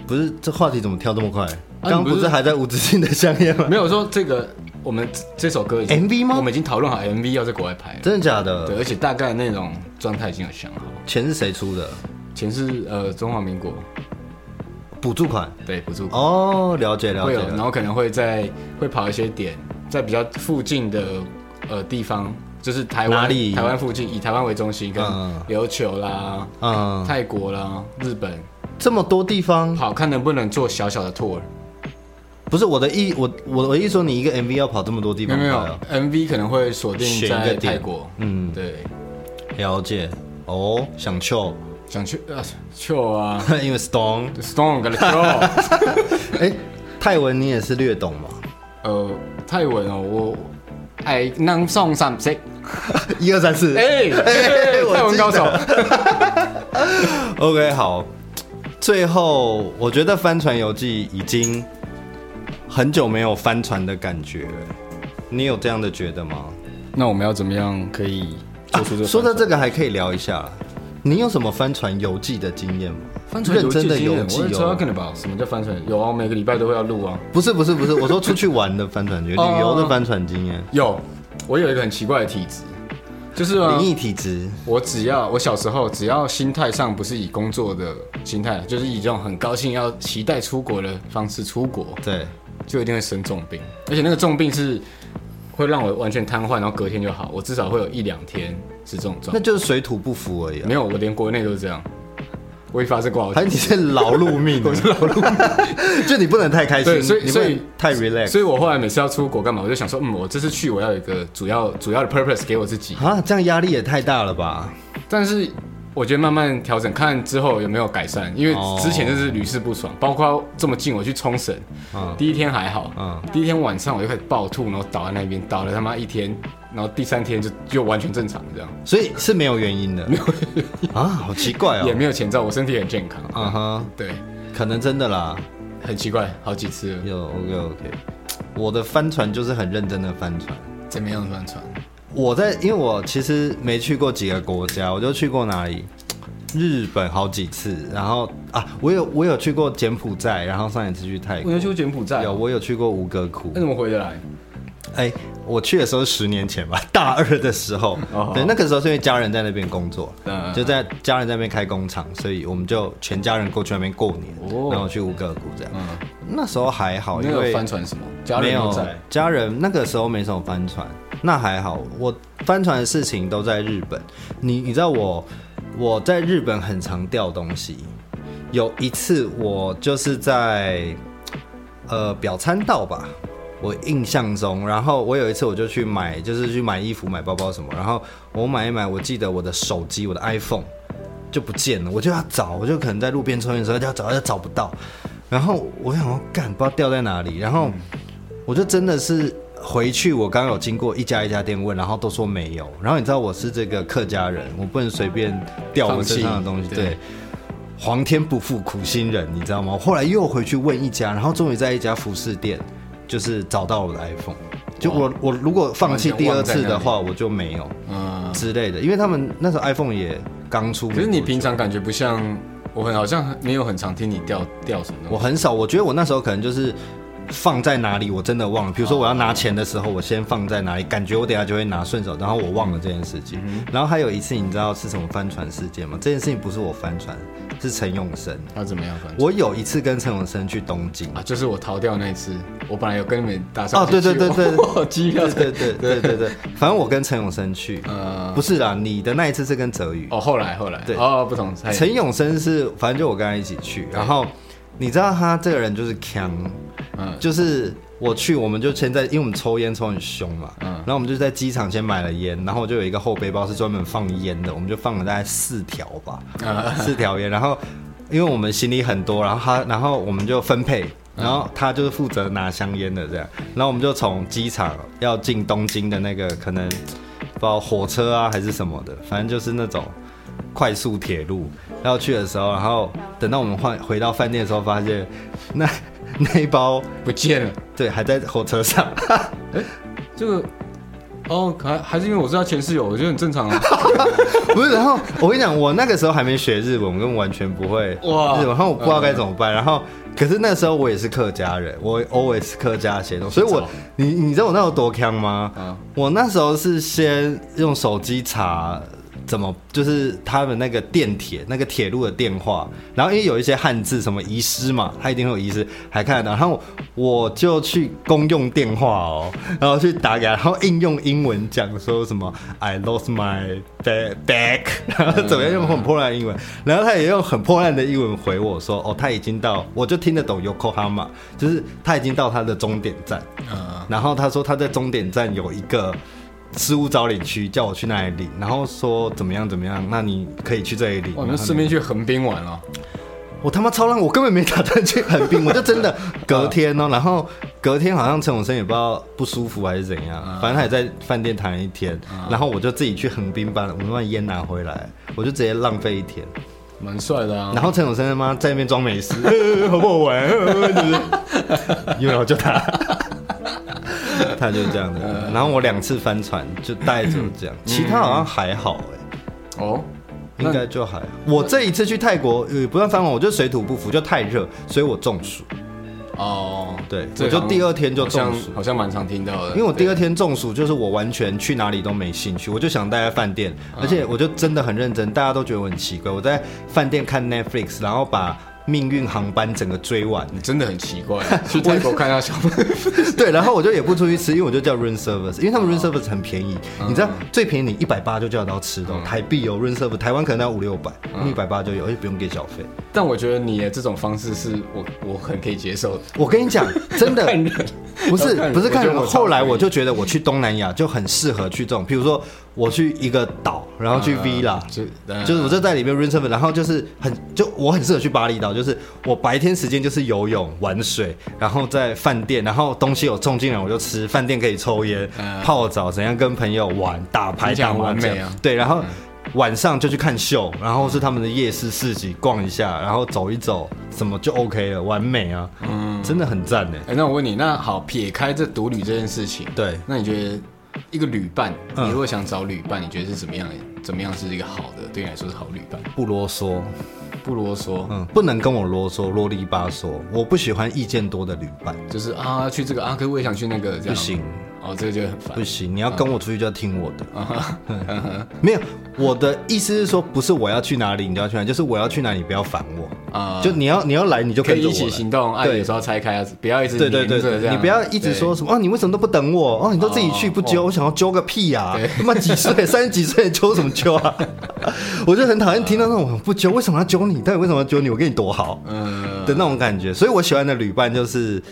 [SPEAKER 1] 不是这话题怎么跳这么快？刚刚
[SPEAKER 2] 啊你不是
[SPEAKER 1] 不是还在无止境的香烟吗
[SPEAKER 2] *laughs* 没有我说这个，我们这首歌已经
[SPEAKER 1] MV 吗
[SPEAKER 2] 我们已经讨论好 MV 要在国外拍了，
[SPEAKER 1] 真的假的？
[SPEAKER 2] 对，而且大概那种状态已经有想好。
[SPEAKER 1] 钱是谁出的？
[SPEAKER 2] 钱是呃中华民国，
[SPEAKER 1] 补助款
[SPEAKER 2] 对，补助
[SPEAKER 1] 哦，了解了
[SPEAKER 2] 会
[SPEAKER 1] 解
[SPEAKER 2] 有，然
[SPEAKER 1] 了。
[SPEAKER 2] 后可能会在会跑一些点，在比较附近的呃地方，就是台湾
[SPEAKER 1] 哪里
[SPEAKER 2] 台湾附近，以台湾为中心，跟
[SPEAKER 1] 嗯
[SPEAKER 2] 琉球啦、
[SPEAKER 1] 嗯，
[SPEAKER 2] 泰国啦、日本，
[SPEAKER 1] 这么多地方，
[SPEAKER 2] 好看能不能做小小的 tour？
[SPEAKER 1] 不是我的意，我我我意思说你一个 MV 要跑这么多地
[SPEAKER 2] 没
[SPEAKER 1] 方拍
[SPEAKER 2] 有没有
[SPEAKER 1] 哦，
[SPEAKER 2] ，MV 可能会锁定
[SPEAKER 1] 选一
[SPEAKER 2] 在
[SPEAKER 1] 个点
[SPEAKER 2] 泰国，
[SPEAKER 1] 嗯，
[SPEAKER 2] 对，
[SPEAKER 1] 了解哦，想 chill，
[SPEAKER 2] 想去呃去啊
[SPEAKER 1] *laughs* 因为 Stone，
[SPEAKER 2] ，Stone 跟 Kill，
[SPEAKER 1] 哎，泰文你也是略懂嘛？ *laughs*
[SPEAKER 2] 呃泰文哦，我哎能送三色，
[SPEAKER 1] 一二三四，
[SPEAKER 2] 哎，
[SPEAKER 1] 我
[SPEAKER 2] *laughs* 泰文
[SPEAKER 1] 记
[SPEAKER 2] 高手，
[SPEAKER 1] OK，好。最后，我觉得《帆船游记》已经很久没有帆船的感觉了。你有这样的觉得吗？啊
[SPEAKER 2] 那我们要怎么样可以做出这个？
[SPEAKER 1] 说到这个，还可以聊一下。你有什么帆船游记的经验吗？
[SPEAKER 2] 帆船游
[SPEAKER 1] 认
[SPEAKER 2] 记
[SPEAKER 1] 真的
[SPEAKER 2] 经验
[SPEAKER 1] 游记
[SPEAKER 2] 我在
[SPEAKER 1] 哦
[SPEAKER 2] talking about 什么叫帆船？有啊，我每个礼拜都会要录啊。
[SPEAKER 1] 不是不是不是，我说出去玩的帆船经验，
[SPEAKER 2] 哦
[SPEAKER 1] 旅游的帆船经验。
[SPEAKER 2] 有，我有一个很奇怪的体质，就是、啊
[SPEAKER 1] 灵、异体质，
[SPEAKER 2] 我只要我小时候只要心态上不是以工作的心态，就是以这种很高兴要期待出国的方式出国，
[SPEAKER 1] 对，
[SPEAKER 2] 就一定会生重病，而且那个重病是会让我完全瘫痪，然后隔天就好，我至少会有一两天是这种状
[SPEAKER 1] 那
[SPEAKER 2] 态。
[SPEAKER 1] 就是水土不服而已、啊
[SPEAKER 2] 没。有，我连国内都是这样，我一发生过好几
[SPEAKER 1] 还是你是劳碌命、啊 *laughs* 我是劳碌 *laughs* 命，就你不能太开心，
[SPEAKER 2] 对所以
[SPEAKER 1] 你不
[SPEAKER 2] 所以
[SPEAKER 1] 能太 relax
[SPEAKER 2] *laughs* 所以我后来每次要出国干嘛，我就想说，嗯，我这次去我要有一个主要主要的 purpose 给我自己。
[SPEAKER 1] 啊，这样压力也太大了吧？
[SPEAKER 2] 但是我觉得慢慢调整，看之后有没有改善，因为
[SPEAKER 1] 哦
[SPEAKER 2] 之前就是屡试不爽，包括这么近我去冲绳，
[SPEAKER 1] 嗯
[SPEAKER 2] 第一天还好，
[SPEAKER 1] 嗯
[SPEAKER 2] 第一天晚上我就开始暴吐，然后倒在那边倒了他妈一天，然后第三天就就完全正常这样，
[SPEAKER 1] 所以是没有原因的，没有 *laughs* 啊，好奇怪
[SPEAKER 2] 也
[SPEAKER 1] 哦。
[SPEAKER 2] 没有前兆，我身体很健康，
[SPEAKER 1] 嗯哼，
[SPEAKER 2] 哎 *laughs* 对，
[SPEAKER 1] 可能真的啦。
[SPEAKER 2] 很奇怪，好几次了
[SPEAKER 1] 有 OK OK，我的帆船就是很认真的帆船。
[SPEAKER 2] 怎么样的帆船？
[SPEAKER 1] 我在，因为我其实没去过几个国家，我就去过哪里，日本好几次，然后啊，我有我有去过柬埔寨，然后上一次去泰
[SPEAKER 2] 我
[SPEAKER 1] 国
[SPEAKER 2] 要，去柬埔寨，
[SPEAKER 1] 有我有去过吴哥窟
[SPEAKER 2] 那。怎么回得来？
[SPEAKER 1] 哎、我去的时候是十年前吧，大二的时候
[SPEAKER 2] 哦，
[SPEAKER 1] *laughs* 对，那个时候是因为家人在那边工作，
[SPEAKER 2] 嗯
[SPEAKER 1] 就在家人在那边开工厂，所以我们就全家人过去那边过年，
[SPEAKER 2] 哦
[SPEAKER 1] 然后去吴哥窟这样。
[SPEAKER 2] 嗯，
[SPEAKER 1] 那时候还好，
[SPEAKER 2] 那
[SPEAKER 1] 因
[SPEAKER 2] 个
[SPEAKER 1] 为
[SPEAKER 2] 帆船什么？家
[SPEAKER 1] 没
[SPEAKER 2] 人都
[SPEAKER 1] 有
[SPEAKER 2] 在，
[SPEAKER 1] 家人那个时候没什么帆船，那还好。我帆船的事情都在日本。你你知道我我在日本很常掉东西，有一次我就是在呃表参道吧。我印象中，然后我有一次我就去买，就是去买衣服、买包包什么，然后我买一买，我记得我的手机，我的 iPhone 就不见了，我就要找，我就可能在路边抽烟的时候就要找，就找不到，然后我想说，干不知道掉在哪里，然后我就真的是回去，我刚有经过一家一家店问，然后都说没有。然后你知道我是这个客家人，我不能随便掉我身上的东西，
[SPEAKER 2] 放弃
[SPEAKER 1] 对。皇天不负苦心人，你知道吗？我后来又回去问一家，然后终于在一家服饰店，就是找到我的 iPhone。就我我如果放弃第二次的话，我就没有
[SPEAKER 2] 嗯。
[SPEAKER 1] 之类的，因为他们那时候 iPhone 也刚出。
[SPEAKER 2] 可是你平常感觉不像，我很好像没有很常听你掉掉什么东
[SPEAKER 1] 我
[SPEAKER 2] 西。
[SPEAKER 1] 很少，我觉得我那时候可能就是放在哪里，我真的忘了。比
[SPEAKER 2] 啊
[SPEAKER 1] 如说我要拿钱的时候，我先放在哪里，感觉我等一下就会拿顺手，然后我忘了这件事情。
[SPEAKER 2] 嗯
[SPEAKER 1] 然后还有一次，你知道是什么帆船事件吗？这件事情不是我帆船，是陈永生。
[SPEAKER 2] 他怎么样？反正
[SPEAKER 1] 我有一次跟陈永生去东京，
[SPEAKER 2] 啊，就是我逃掉那一次，我本来有跟你们打算
[SPEAKER 1] 哦对对对对对
[SPEAKER 2] 我机票
[SPEAKER 1] 对对对对对对，反正我跟陈永生去，
[SPEAKER 2] 呃
[SPEAKER 1] 不是啦，你的那一次是跟泽宇，
[SPEAKER 2] 哦，后来后来
[SPEAKER 1] 对
[SPEAKER 2] 哦不同哎
[SPEAKER 1] 陈永生是反正就我跟他一起去，然后你知道他这个人就是强，
[SPEAKER 2] 嗯
[SPEAKER 1] 就是我去，我们就先在，因为我们抽烟抽很凶嘛，
[SPEAKER 2] 嗯
[SPEAKER 1] 然后我们就在机场先买了烟，然后就有一个后背包是专门放烟的，我们就放了大概四条吧，
[SPEAKER 2] 嗯
[SPEAKER 1] 四条烟，然后因为我们行李很多，然后他，然后我们就分配。
[SPEAKER 2] 嗯
[SPEAKER 1] 然后他就是负责拿香烟的这样，然后我们就从机场要进东京的那个可能，不知道火车啊还是什么的，反正就是那种快速铁路要去的时候，然后等到我们换回到饭店的时候，发现那 *laughs* 那一包
[SPEAKER 2] 不见了。
[SPEAKER 1] 对，还在火车上。
[SPEAKER 2] 这个哦，还还是因为我知道前室友，我觉得很正常啊。
[SPEAKER 1] *laughs* 不是，然后我跟你讲，我那个时候还没学日文，我根本完全不会
[SPEAKER 2] 哇
[SPEAKER 1] 日文，然后我不知道该怎么办。然后，可是那时候我也是客家人，我 always 客家写东西，所以
[SPEAKER 2] 是
[SPEAKER 1] 我
[SPEAKER 2] 哦
[SPEAKER 1] 你你知道我那时候多坑吗？
[SPEAKER 2] *laughs* 嗯
[SPEAKER 1] 我那时候是先用手机查。怎么就是他们那个电铁那个铁路的电话，然后因为有一些汉字什么遗失嘛，它一定会有遗失，还看得到。然后我就去公用电话哦，然后去打给他，然后应用英文讲说什么 *laughs* 嗯 I lost my ba- bag，然后 *laughs* 怎么样用很破烂的英文，然后他也用很破烂的英文回我说哦他已经到，我就听得懂 Yokohama，就是他已经到他的终点站。
[SPEAKER 2] 嗯，
[SPEAKER 1] 然后他说他在终点站有一个失物招领区，叫我去那里领，然后说怎么样怎么样，那你可以去这里领。
[SPEAKER 2] 我
[SPEAKER 1] 然
[SPEAKER 2] 们
[SPEAKER 1] 后
[SPEAKER 2] 顺便去横滨玩哦了。
[SPEAKER 1] 我他妈超浪，我根本没打算去横滨，我就真的隔天哦，然后隔天好像陈永生也不知道不舒服还是怎样，反正他也在饭店躺了一天，然后我就自己去横滨把我们把烟拿回来，我就直接浪费一天。
[SPEAKER 2] 蛮帅的啊
[SPEAKER 1] 然，后陈永生他妈在那边装没事，呃好不好玩？呃就是因为我就他，他就是这样的。然后我两次翻船就带着这样，其他好像还好哎、
[SPEAKER 2] 哦，
[SPEAKER 1] 应该就还好。我这一次去泰国，呃，不算翻船，我就水土不服，就太热，所以我中暑。
[SPEAKER 2] 哦，
[SPEAKER 1] 对
[SPEAKER 2] 这
[SPEAKER 1] 我就
[SPEAKER 2] 好像
[SPEAKER 1] 第二天就中
[SPEAKER 2] 好像
[SPEAKER 1] 暑
[SPEAKER 2] 好像蛮常听到的。
[SPEAKER 1] 因为我第
[SPEAKER 2] 二
[SPEAKER 1] 二天中暑，就是我完全去哪里都没兴趣，我就想待在饭店，而且我就真的很认真，大家都觉得我很奇怪，我在饭店看 Netflix，然后把命运航班整个追完。
[SPEAKER 2] 你真的很奇
[SPEAKER 1] *laughs*
[SPEAKER 2] 怪，去泰国看一下小朋友 *laughs*
[SPEAKER 1] 对，然后我就也不出去吃，因为我就叫 room service，因为他们 room service 很便宜，
[SPEAKER 2] 嗯
[SPEAKER 1] 你知道最便宜你一百八就叫得到吃的哦、台币有 room service，台湾可能要五六百，
[SPEAKER 2] 嗯
[SPEAKER 1] 一百八就有，而且哎不用给小费。
[SPEAKER 2] 但我觉得你的这种方式是我我很可以接受的。
[SPEAKER 1] 我跟
[SPEAKER 2] *laughs*
[SPEAKER 1] 你讲，真的
[SPEAKER 2] 看人
[SPEAKER 1] 不是不是看人，
[SPEAKER 2] 我觉得我超
[SPEAKER 1] 后来
[SPEAKER 2] 可以
[SPEAKER 1] 我就觉得我去东南亚就很适合去这种，比如说我去一个岛，然后去
[SPEAKER 2] 嗯
[SPEAKER 1] villa，、
[SPEAKER 2] 就嗯
[SPEAKER 1] 就是我就在里面 r i n s e r 然后就是很就我很适合去巴厘岛，就是我白天时间就是游泳、玩水，然后在饭店，然后东西有送进来我就吃，饭店可以抽烟、
[SPEAKER 2] 嗯
[SPEAKER 1] 泡澡，怎样跟朋友玩、打牌、
[SPEAKER 2] 听起来
[SPEAKER 1] 打麻
[SPEAKER 2] 完
[SPEAKER 1] 将
[SPEAKER 2] 美啊，
[SPEAKER 1] 对，然后。晚上就去看秀，然后是他们的夜市市集逛一下，然后走一走，什么就 OK 了，完美啊，嗯，真的很赞呢。
[SPEAKER 2] 哎，那我问你，那好，撇开这独旅这件事情，
[SPEAKER 1] 对，
[SPEAKER 2] 那你觉得一个旅伴，
[SPEAKER 1] 嗯
[SPEAKER 2] 你如果想找旅伴，你觉得是怎么样的？怎么样是一个好的？对你来说是好旅伴？
[SPEAKER 1] 不啰嗦，
[SPEAKER 2] 不啰嗦，
[SPEAKER 1] 嗯，不能跟我啰嗦，啰里吧嗦，我不喜欢意见多的旅伴，
[SPEAKER 2] 就是啊，去这个啊，可是我也想去那个，这样
[SPEAKER 1] 不行，
[SPEAKER 2] 哦，这个就很烦
[SPEAKER 1] 不行，你要跟我出去就要听我的。
[SPEAKER 2] 啊哈。嗯哼
[SPEAKER 1] 没有，我的意思是说，不是我要去哪里你就要去哪里，就是我要去哪里不要烦我。
[SPEAKER 2] 啊，
[SPEAKER 1] 就你要你要来你就
[SPEAKER 2] 可
[SPEAKER 1] 跟
[SPEAKER 2] 以
[SPEAKER 1] 着
[SPEAKER 2] 一
[SPEAKER 1] 我
[SPEAKER 2] 起
[SPEAKER 1] 来。
[SPEAKER 2] 行动，啊，
[SPEAKER 1] 对
[SPEAKER 2] 有时候拆开啊，不要一直
[SPEAKER 1] 对对对
[SPEAKER 2] 黏着这
[SPEAKER 1] 对，
[SPEAKER 2] 样
[SPEAKER 1] 你不要一直
[SPEAKER 2] 对
[SPEAKER 1] 说什么哦，你为什么都不等我哦？你都自己去
[SPEAKER 2] 哦
[SPEAKER 1] 不揪，
[SPEAKER 2] 哦
[SPEAKER 1] 我想要揪个屁呀、他妈几
[SPEAKER 2] *laughs*
[SPEAKER 1] 岁，三十几岁揪什么揪啊？我就很讨厌听到那种不揪，为什么要揪你？到底为什么要揪你？我跟你多好
[SPEAKER 2] 嗯
[SPEAKER 1] 的那种感觉。所以我喜欢的旅伴就是，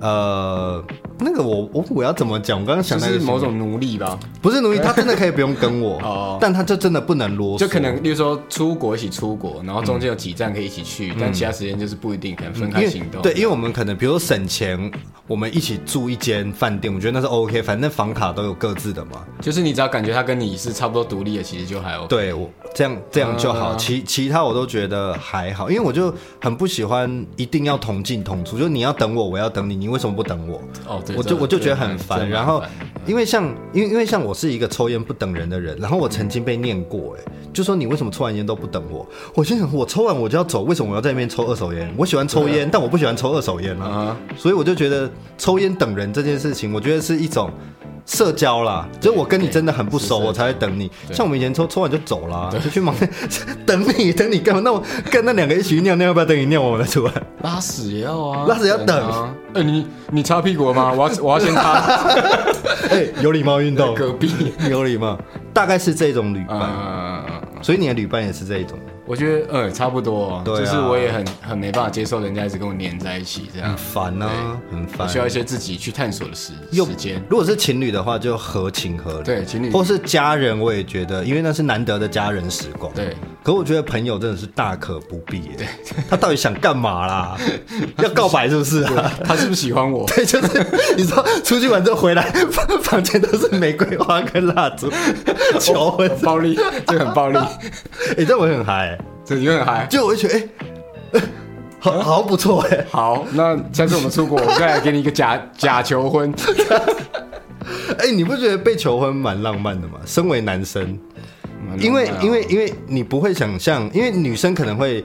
[SPEAKER 1] 呃，那个我我我要怎么讲？我刚刚
[SPEAKER 2] 就
[SPEAKER 1] 想到一
[SPEAKER 2] 是
[SPEAKER 1] 个
[SPEAKER 2] 某
[SPEAKER 1] 形容
[SPEAKER 2] 种奴隶吧，
[SPEAKER 1] 不是奴役，他真的可以不用跟我
[SPEAKER 2] *laughs* 哦，
[SPEAKER 1] 但他就真的不能啰嗦，
[SPEAKER 2] 就可能，例如说出国一起出国，然后中间有几站可以一起去，但其他时间就是不一定，可能分
[SPEAKER 1] 嗯因
[SPEAKER 2] 开
[SPEAKER 1] 为
[SPEAKER 2] 行动。
[SPEAKER 1] 对，因为我们可能比如说省钱，我们一起住一间饭店，我觉得那是 OK，反正房卡都有各自的嘛。
[SPEAKER 2] 就是你只要感觉他跟你是差不多独立的，其实就还 OK。
[SPEAKER 1] 对我这样这样就好，
[SPEAKER 2] 嗯
[SPEAKER 1] 其其他我都觉得还好，因为我就很不喜欢一定要同进同出，就是你要等我，我要等你，你为什么不等我？
[SPEAKER 2] 哦，对，
[SPEAKER 1] 我就
[SPEAKER 2] 这
[SPEAKER 1] 我就觉得很
[SPEAKER 2] 这
[SPEAKER 1] 烦。
[SPEAKER 2] 蛮
[SPEAKER 1] 然后
[SPEAKER 2] 烦的，
[SPEAKER 1] 因为像因为因为像我是一个抽烟不等人的人，然后我曾经被念过，哎，就说你为什么抽完烟都不等我？我心想，我抽完我就要走，为什么我要在那边抽二手烟？我喜欢抽烟，但我不喜欢抽二手烟啊。
[SPEAKER 2] 啊，
[SPEAKER 1] *laughs* 所以我就觉得抽烟等人这件事情，我觉得是一种社交啦，就是我跟你真的很不熟，
[SPEAKER 2] 对是
[SPEAKER 1] 我才会等你。
[SPEAKER 2] 对
[SPEAKER 1] 像我们以前抽抽完就走啦，就去忙 *laughs* 等你等你干嘛？那我跟那两个一起去尿尿，要不要等你尿完我再出
[SPEAKER 2] *laughs*
[SPEAKER 1] 来？
[SPEAKER 2] 拉屎也要啊，
[SPEAKER 1] 拉屎要等
[SPEAKER 2] 啊。呃，你你擦屁股
[SPEAKER 1] *laughs*
[SPEAKER 2] 了吗？我要我要先擦
[SPEAKER 1] 哎，有礼貌运动，
[SPEAKER 2] 隔壁。
[SPEAKER 1] *laughs* 有礼貌，大概是这种旅伴。
[SPEAKER 2] 嗯，
[SPEAKER 1] 所以你的旅伴也是这一种，
[SPEAKER 2] 我觉得嗯差不多、
[SPEAKER 1] 对啊
[SPEAKER 2] 就是我也很很没办法接受人家一直跟我黏在一起这样
[SPEAKER 1] 很，烦啊，很
[SPEAKER 2] 我
[SPEAKER 1] 烦。
[SPEAKER 2] 需要一些自己去探索的时
[SPEAKER 1] 又
[SPEAKER 2] 时间。
[SPEAKER 1] 如果是情侣的话，就合情合理。
[SPEAKER 2] 对情侣
[SPEAKER 1] 或是家人，我也觉得，因为那是难得的家人时光。
[SPEAKER 2] 对，
[SPEAKER 1] 可我觉得朋友真的是大可不必耶。他到底想干嘛
[SPEAKER 2] *laughs*
[SPEAKER 1] 啦？要告白是不是啊？
[SPEAKER 2] 他是不是喜欢我？
[SPEAKER 1] 对， *laughs* 就是你知道，出去玩之后回来， *laughs* 房房间都是玫瑰花跟蜡
[SPEAKER 2] *laughs*
[SPEAKER 1] 烛，求婚。
[SPEAKER 2] 很暴力，这个很暴力，
[SPEAKER 1] 哎、这我很嗨、
[SPEAKER 2] 这有点嗨。
[SPEAKER 1] 就我会觉得，哎、 *laughs* 呃好好不错哎、
[SPEAKER 2] 好，那下次我们出国，我再来给你一个假假求婚。
[SPEAKER 1] 哎、你不觉得被求婚蛮浪漫的吗？身为男生，*laughs*
[SPEAKER 2] 蛮
[SPEAKER 1] 因为
[SPEAKER 2] 浪漫啊
[SPEAKER 1] 因为因为你不会想象，因为女生可能会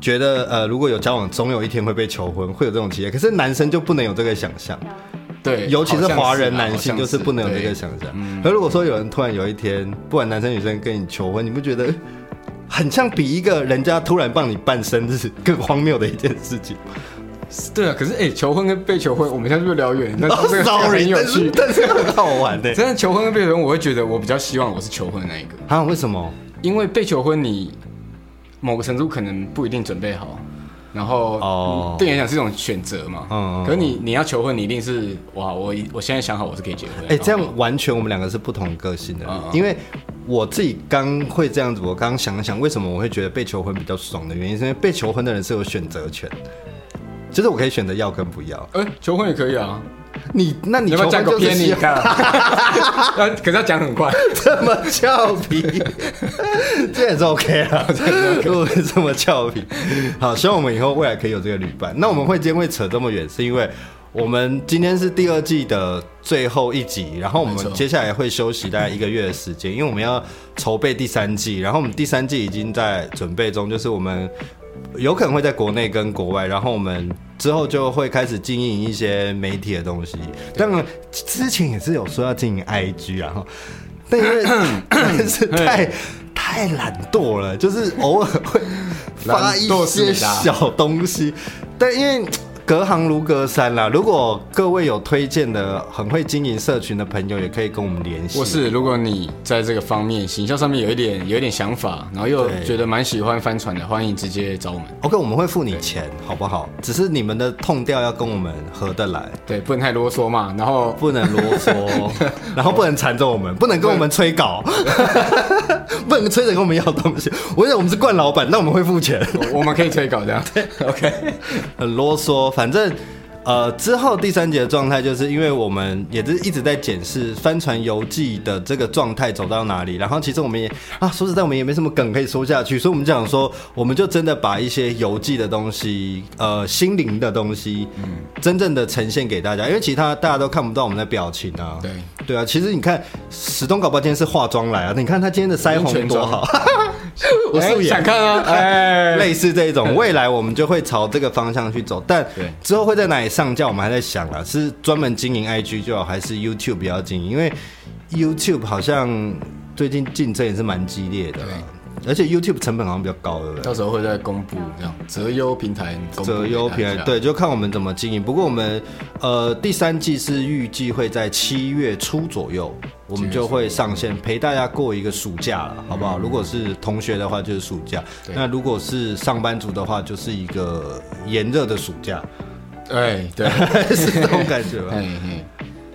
[SPEAKER 1] 觉得，呃，如果有交往，总有一天会被求婚，会有这种期待。可是男生就不能有这个想象，
[SPEAKER 2] 对，
[SPEAKER 1] 尤其是
[SPEAKER 2] 好像嗯
[SPEAKER 1] 华人
[SPEAKER 2] 啊
[SPEAKER 1] 男性，就是不能有这个。
[SPEAKER 2] 好像
[SPEAKER 1] 想象。可如果说有人突然有一天，不管男生女生跟你求婚，你不觉得很像比一个人家突然帮你办生日 *laughs* 更荒谬的一件事情？
[SPEAKER 2] 对对啊，可是哎，求婚跟被求婚，我们现在是不是聊远？
[SPEAKER 1] *laughs*
[SPEAKER 2] 那
[SPEAKER 1] 哦
[SPEAKER 2] 这个
[SPEAKER 1] ，sorry，
[SPEAKER 2] 很有
[SPEAKER 1] 但是
[SPEAKER 2] 趣。
[SPEAKER 1] 但是很好玩欸的。
[SPEAKER 2] 真的求婚跟被求婚，我会觉得我比较希望我是求婚的那一个，
[SPEAKER 1] 啊，为什么？
[SPEAKER 2] 因为被求婚你某个程度可能不一定准备好，然后
[SPEAKER 1] 哦
[SPEAKER 2] 嗯对你来讲是一种选择嘛。
[SPEAKER 1] 嗯嗯
[SPEAKER 2] 可是你你要求婚，你一定是哇，我我现在想好我是可以结婚。
[SPEAKER 1] 哎、这
[SPEAKER 2] 然后
[SPEAKER 1] 样完全我们两个是不同个性的人，
[SPEAKER 2] 哦嗯嗯
[SPEAKER 1] 因为我自己刚会这样子，我刚刚想了想，为什么我会觉得被求婚比较爽的原因，是因为被求婚的人是有选择权，就是我可以选择要跟不要。
[SPEAKER 2] 哎，求婚也可以啊，
[SPEAKER 1] 你那你
[SPEAKER 2] 你要
[SPEAKER 1] 求
[SPEAKER 2] 不要讲
[SPEAKER 1] 婚
[SPEAKER 2] 个
[SPEAKER 1] 就是
[SPEAKER 2] 偏你
[SPEAKER 1] 希望
[SPEAKER 2] *laughs* 看？要可是要讲很快，
[SPEAKER 1] 这么俏皮，
[SPEAKER 2] *laughs*
[SPEAKER 1] 这也是 OK 啊，如果是这么俏皮，好，希望我们以后未来可以有这个旅伴。那我们会今天会扯这么远，是因为我们今天是第二季的最后一集，然后我们
[SPEAKER 2] 没错
[SPEAKER 1] 接下来会休息大概一个月的时间，因为我们要筹备第三季，然后我们第三季已经在准备中，就是我们有可能会在国内跟国外，然后我们之后就会开始经营一些媒体的东西。当然，之前也是有说要经营 IG 啊，哈但因为
[SPEAKER 2] *coughs*
[SPEAKER 1] 但是太太懒惰了，就是偶尔会发一
[SPEAKER 2] 懒惰是
[SPEAKER 1] 些
[SPEAKER 2] 美的啊
[SPEAKER 1] 小东西，但因为。隔行如隔山啦！如果各位有推荐的很会经营社群的朋友，也可以跟我们联系。
[SPEAKER 2] 或是如果你在这个方面行销上面有一点有一点想法，然后又
[SPEAKER 1] 对
[SPEAKER 2] 觉得蛮喜欢帆船的，欢迎直接找我们。
[SPEAKER 1] OK，我们会付你钱，好不好？只是你们的痛调要跟我们合得来。
[SPEAKER 2] 对，不能太啰嗦嘛。然后
[SPEAKER 1] 不能啰嗦，然后不能缠着我们，不能跟我们催稿， *laughs* 不能催着跟我们要东西。我想我们是惯老板，那我们会付钱，
[SPEAKER 2] 我我们可以催稿这样。OK，
[SPEAKER 1] *laughs* 很啰嗦。反正呃，之后第三节的状态就是因为我们也是一直在检视帆船游记的这个状态走到哪里，然后其实我们也啊，说实在我们也没什么梗可以说下去，所以我们讲说，我们就真的把一些游记的东西，呃，心灵的东西，真正的呈现给大家，因为其他大家都看不到我们的表情啊。
[SPEAKER 2] 对，
[SPEAKER 1] 对啊，其实你看，史东搞不好今天是化妆来啊，你看他今天的腮红多好，我素
[SPEAKER 2] 哎
[SPEAKER 1] 颜
[SPEAKER 2] 想。看
[SPEAKER 1] *laughs*
[SPEAKER 2] 啊，哎，
[SPEAKER 1] 类似这一种，未来我们就会朝这个方向去走，但
[SPEAKER 2] 对
[SPEAKER 1] 之后会在哪里上架，我们还在想啊，是专门经营 IG 就好，还是 YouTube 比较经营？因为 YouTube 好像最近竞争也是蛮激烈的啦，而且 YouTube 成本好像比较高，对不对？
[SPEAKER 2] 到时候会再公布这样择优平台公布给大
[SPEAKER 1] 择
[SPEAKER 2] 家，
[SPEAKER 1] 优平台，对，就看我们怎么经营。不过我们呃第三季是预计会在七月初左右，我们就会上线陪大家过一个暑假了，好不好？如果是同学的话，就是暑假；
[SPEAKER 2] 嗯对
[SPEAKER 1] 那如果是上班族的话，就是一个炎热的暑假，
[SPEAKER 2] *laughs* 哎
[SPEAKER 1] *laughs*
[SPEAKER 2] 对，
[SPEAKER 1] 是这种感觉吧？
[SPEAKER 2] 哎哎，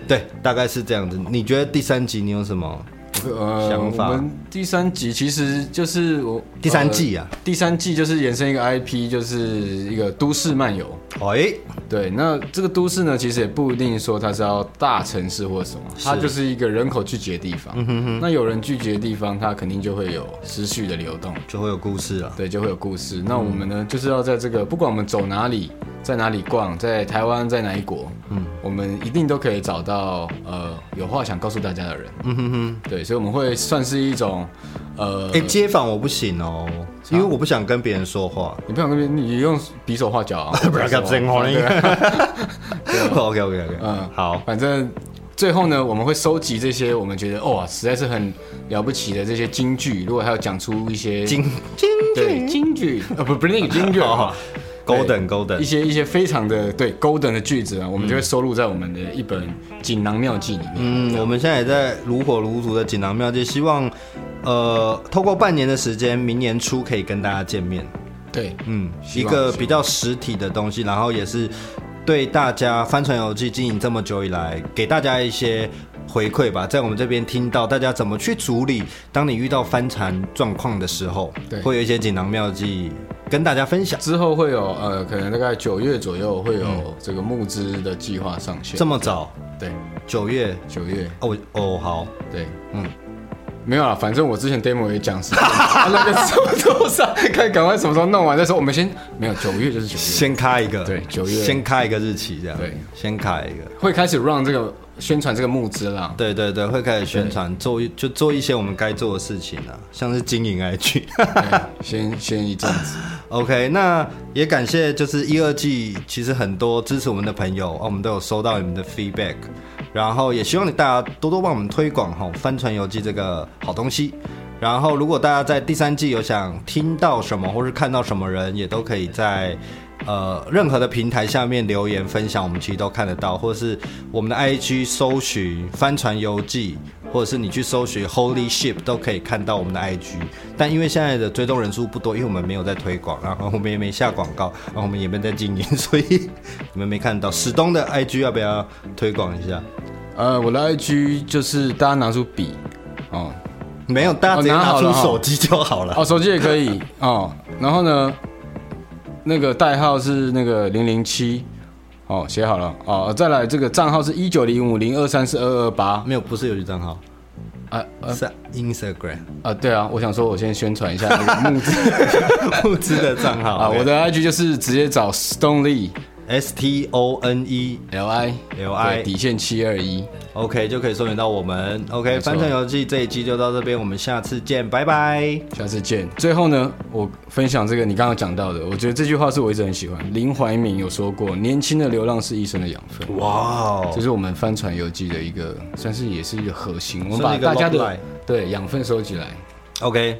[SPEAKER 1] 对，大概是这样子。你觉得第三集你有什么？
[SPEAKER 2] 呃，
[SPEAKER 1] 想法
[SPEAKER 2] 我们第三集其实就是我
[SPEAKER 1] 第三季啊
[SPEAKER 2] 呃第三季就是延伸一个 IP，就是一个都市漫游。
[SPEAKER 1] 哎，
[SPEAKER 2] 对，那这个都市呢，其实也不一定说它是要大城市或什么，它就是一个人口聚集的地
[SPEAKER 1] 嗯
[SPEAKER 2] 方。那有人聚集的地方，它肯定就会有思绪的流动，
[SPEAKER 1] 就会有故事了。
[SPEAKER 2] 对，就会有故事。那我们呢，就是要在这个不管我们走哪里，在哪里逛，在台湾，在哪一国，嗯，我们一定都可以找到呃有话想告诉大家的人。嗯哼哼，对，所以我们会算是一种呃
[SPEAKER 1] 哎、，街访我不行哦，因为我不想跟别人说话。
[SPEAKER 2] 你不想跟别人你用比手画脚 *laughs* 啊，
[SPEAKER 1] 不要跟真话
[SPEAKER 2] 哦
[SPEAKER 1] *laughs* OK OK OK，嗯
[SPEAKER 2] 嗯，
[SPEAKER 1] 好，
[SPEAKER 2] 反正最后呢，我们会收集这些我们觉得哇、实在是很了不起的这些金句，如果还有讲出一些哦
[SPEAKER 1] 金金
[SPEAKER 2] *laughs*
[SPEAKER 1] 哦
[SPEAKER 2] 对金句，呃不不是那个金句啊，
[SPEAKER 1] Golden
[SPEAKER 2] 一
[SPEAKER 1] Golden，
[SPEAKER 2] 些一些非常的对 golden 的句子啊，我们就会收录在我们的一本《锦囊妙计》里面。
[SPEAKER 1] 嗯，我们现在也在如火如荼的锦囊妙计，希望呃，透过半年的时间，明年初可以跟大家见面。
[SPEAKER 2] 对，
[SPEAKER 1] 嗯，一
[SPEAKER 2] 希望
[SPEAKER 1] 个
[SPEAKER 2] 希
[SPEAKER 1] 比较实体的东西，然后也是对大家帆船游记经营这么久以来，给大家一些回馈吧。在我们这边听到大家怎么去处理，当你遇到翻船状况的时候，
[SPEAKER 2] 对
[SPEAKER 1] 会有一些锦囊妙计跟大家分享。
[SPEAKER 2] 之后会有呃，可能大概九月左右会有呃这个募资的计划上线。
[SPEAKER 1] 这么早，
[SPEAKER 2] 对，
[SPEAKER 1] 九月
[SPEAKER 2] 九月
[SPEAKER 1] 哦哦好，
[SPEAKER 2] 对，
[SPEAKER 1] 嗯
[SPEAKER 2] 嗯。没有啦，反正我之前 demo 也
[SPEAKER 1] *laughs*
[SPEAKER 2] 讲是，啊那个什么时候上，看赶快什么时候弄完再说。我们先没有九月就是九月，
[SPEAKER 1] 先开一个，
[SPEAKER 2] 对九月
[SPEAKER 1] 先开一个日期这样，
[SPEAKER 2] 对，
[SPEAKER 1] 先开一个。
[SPEAKER 2] 会开始 run 这个宣传这个募资啦。
[SPEAKER 1] 对对对，会开始宣传，做一就做一些我们该做的事情啊，像是经营 IG。
[SPEAKER 2] 对先先一阵子，
[SPEAKER 1] *laughs* OK，那也感谢就是一二季，其实很多支持我们的朋友，哦，我们都有收到你们的 feedback，然后也希望你大家多多帮我们推广哈、帆船游记这个好东西。然后，如果大家在第三季有想听到什么或是看到什么人，也都可以在呃任何的平台下面留言分享，我们其实都看得到，或是我们的 IG 搜寻“帆船游记”，或者是你去搜寻 “Holy Ship” 都可以看到我们的 IG。但因为现在的追踪人数不多，因为我们没有在推广，然后我们也没下广告，然后我们也没在经营，所以你们没看到。史东的 IG 要不要推广一下？
[SPEAKER 2] 呃，我的 IG 就是大家拿出笔，哦
[SPEAKER 1] 没有，大家直接
[SPEAKER 2] 哦拿
[SPEAKER 1] 拿
[SPEAKER 2] 好
[SPEAKER 1] 出
[SPEAKER 2] 了
[SPEAKER 1] 手机就好了。
[SPEAKER 2] 哦，手机也可以哦。然后呢，那个代号是那个零零七，哦，写好了哦。再来这个账号是一九零五零二三四二二八，
[SPEAKER 1] 没有，不是有一账号，
[SPEAKER 2] 啊啊
[SPEAKER 1] 是 Instagram *laughs*
[SPEAKER 2] 啊，对啊，我想说我先宣传一下那个募资
[SPEAKER 1] 募资的账号
[SPEAKER 2] 啊，我的 IG 就是直接找 Stone Lee
[SPEAKER 1] S T O N E
[SPEAKER 2] L I
[SPEAKER 1] L I
[SPEAKER 2] 对底线七二一，
[SPEAKER 1] OK，就可以搜寻到我们。OK，
[SPEAKER 2] 没错
[SPEAKER 1] 帆船游记这一期就到这边，我们下次见，拜拜。
[SPEAKER 2] 下次见。最后呢，我分享这个你刚刚讲到的，我觉得这句话是我一直很喜欢。林怀民有说过，年轻的流浪是一生的养分。
[SPEAKER 1] 哇哦
[SPEAKER 2] 这，是我们帆船游记的一个，算是也是一个核心。我们
[SPEAKER 1] 算
[SPEAKER 2] 把
[SPEAKER 1] 是一个
[SPEAKER 2] 大家
[SPEAKER 1] logline
[SPEAKER 2] 的对养分收集来。
[SPEAKER 1] OK，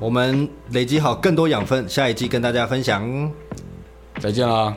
[SPEAKER 1] 我们累积好更多养分，下一季跟大家分享。
[SPEAKER 2] 再见啦。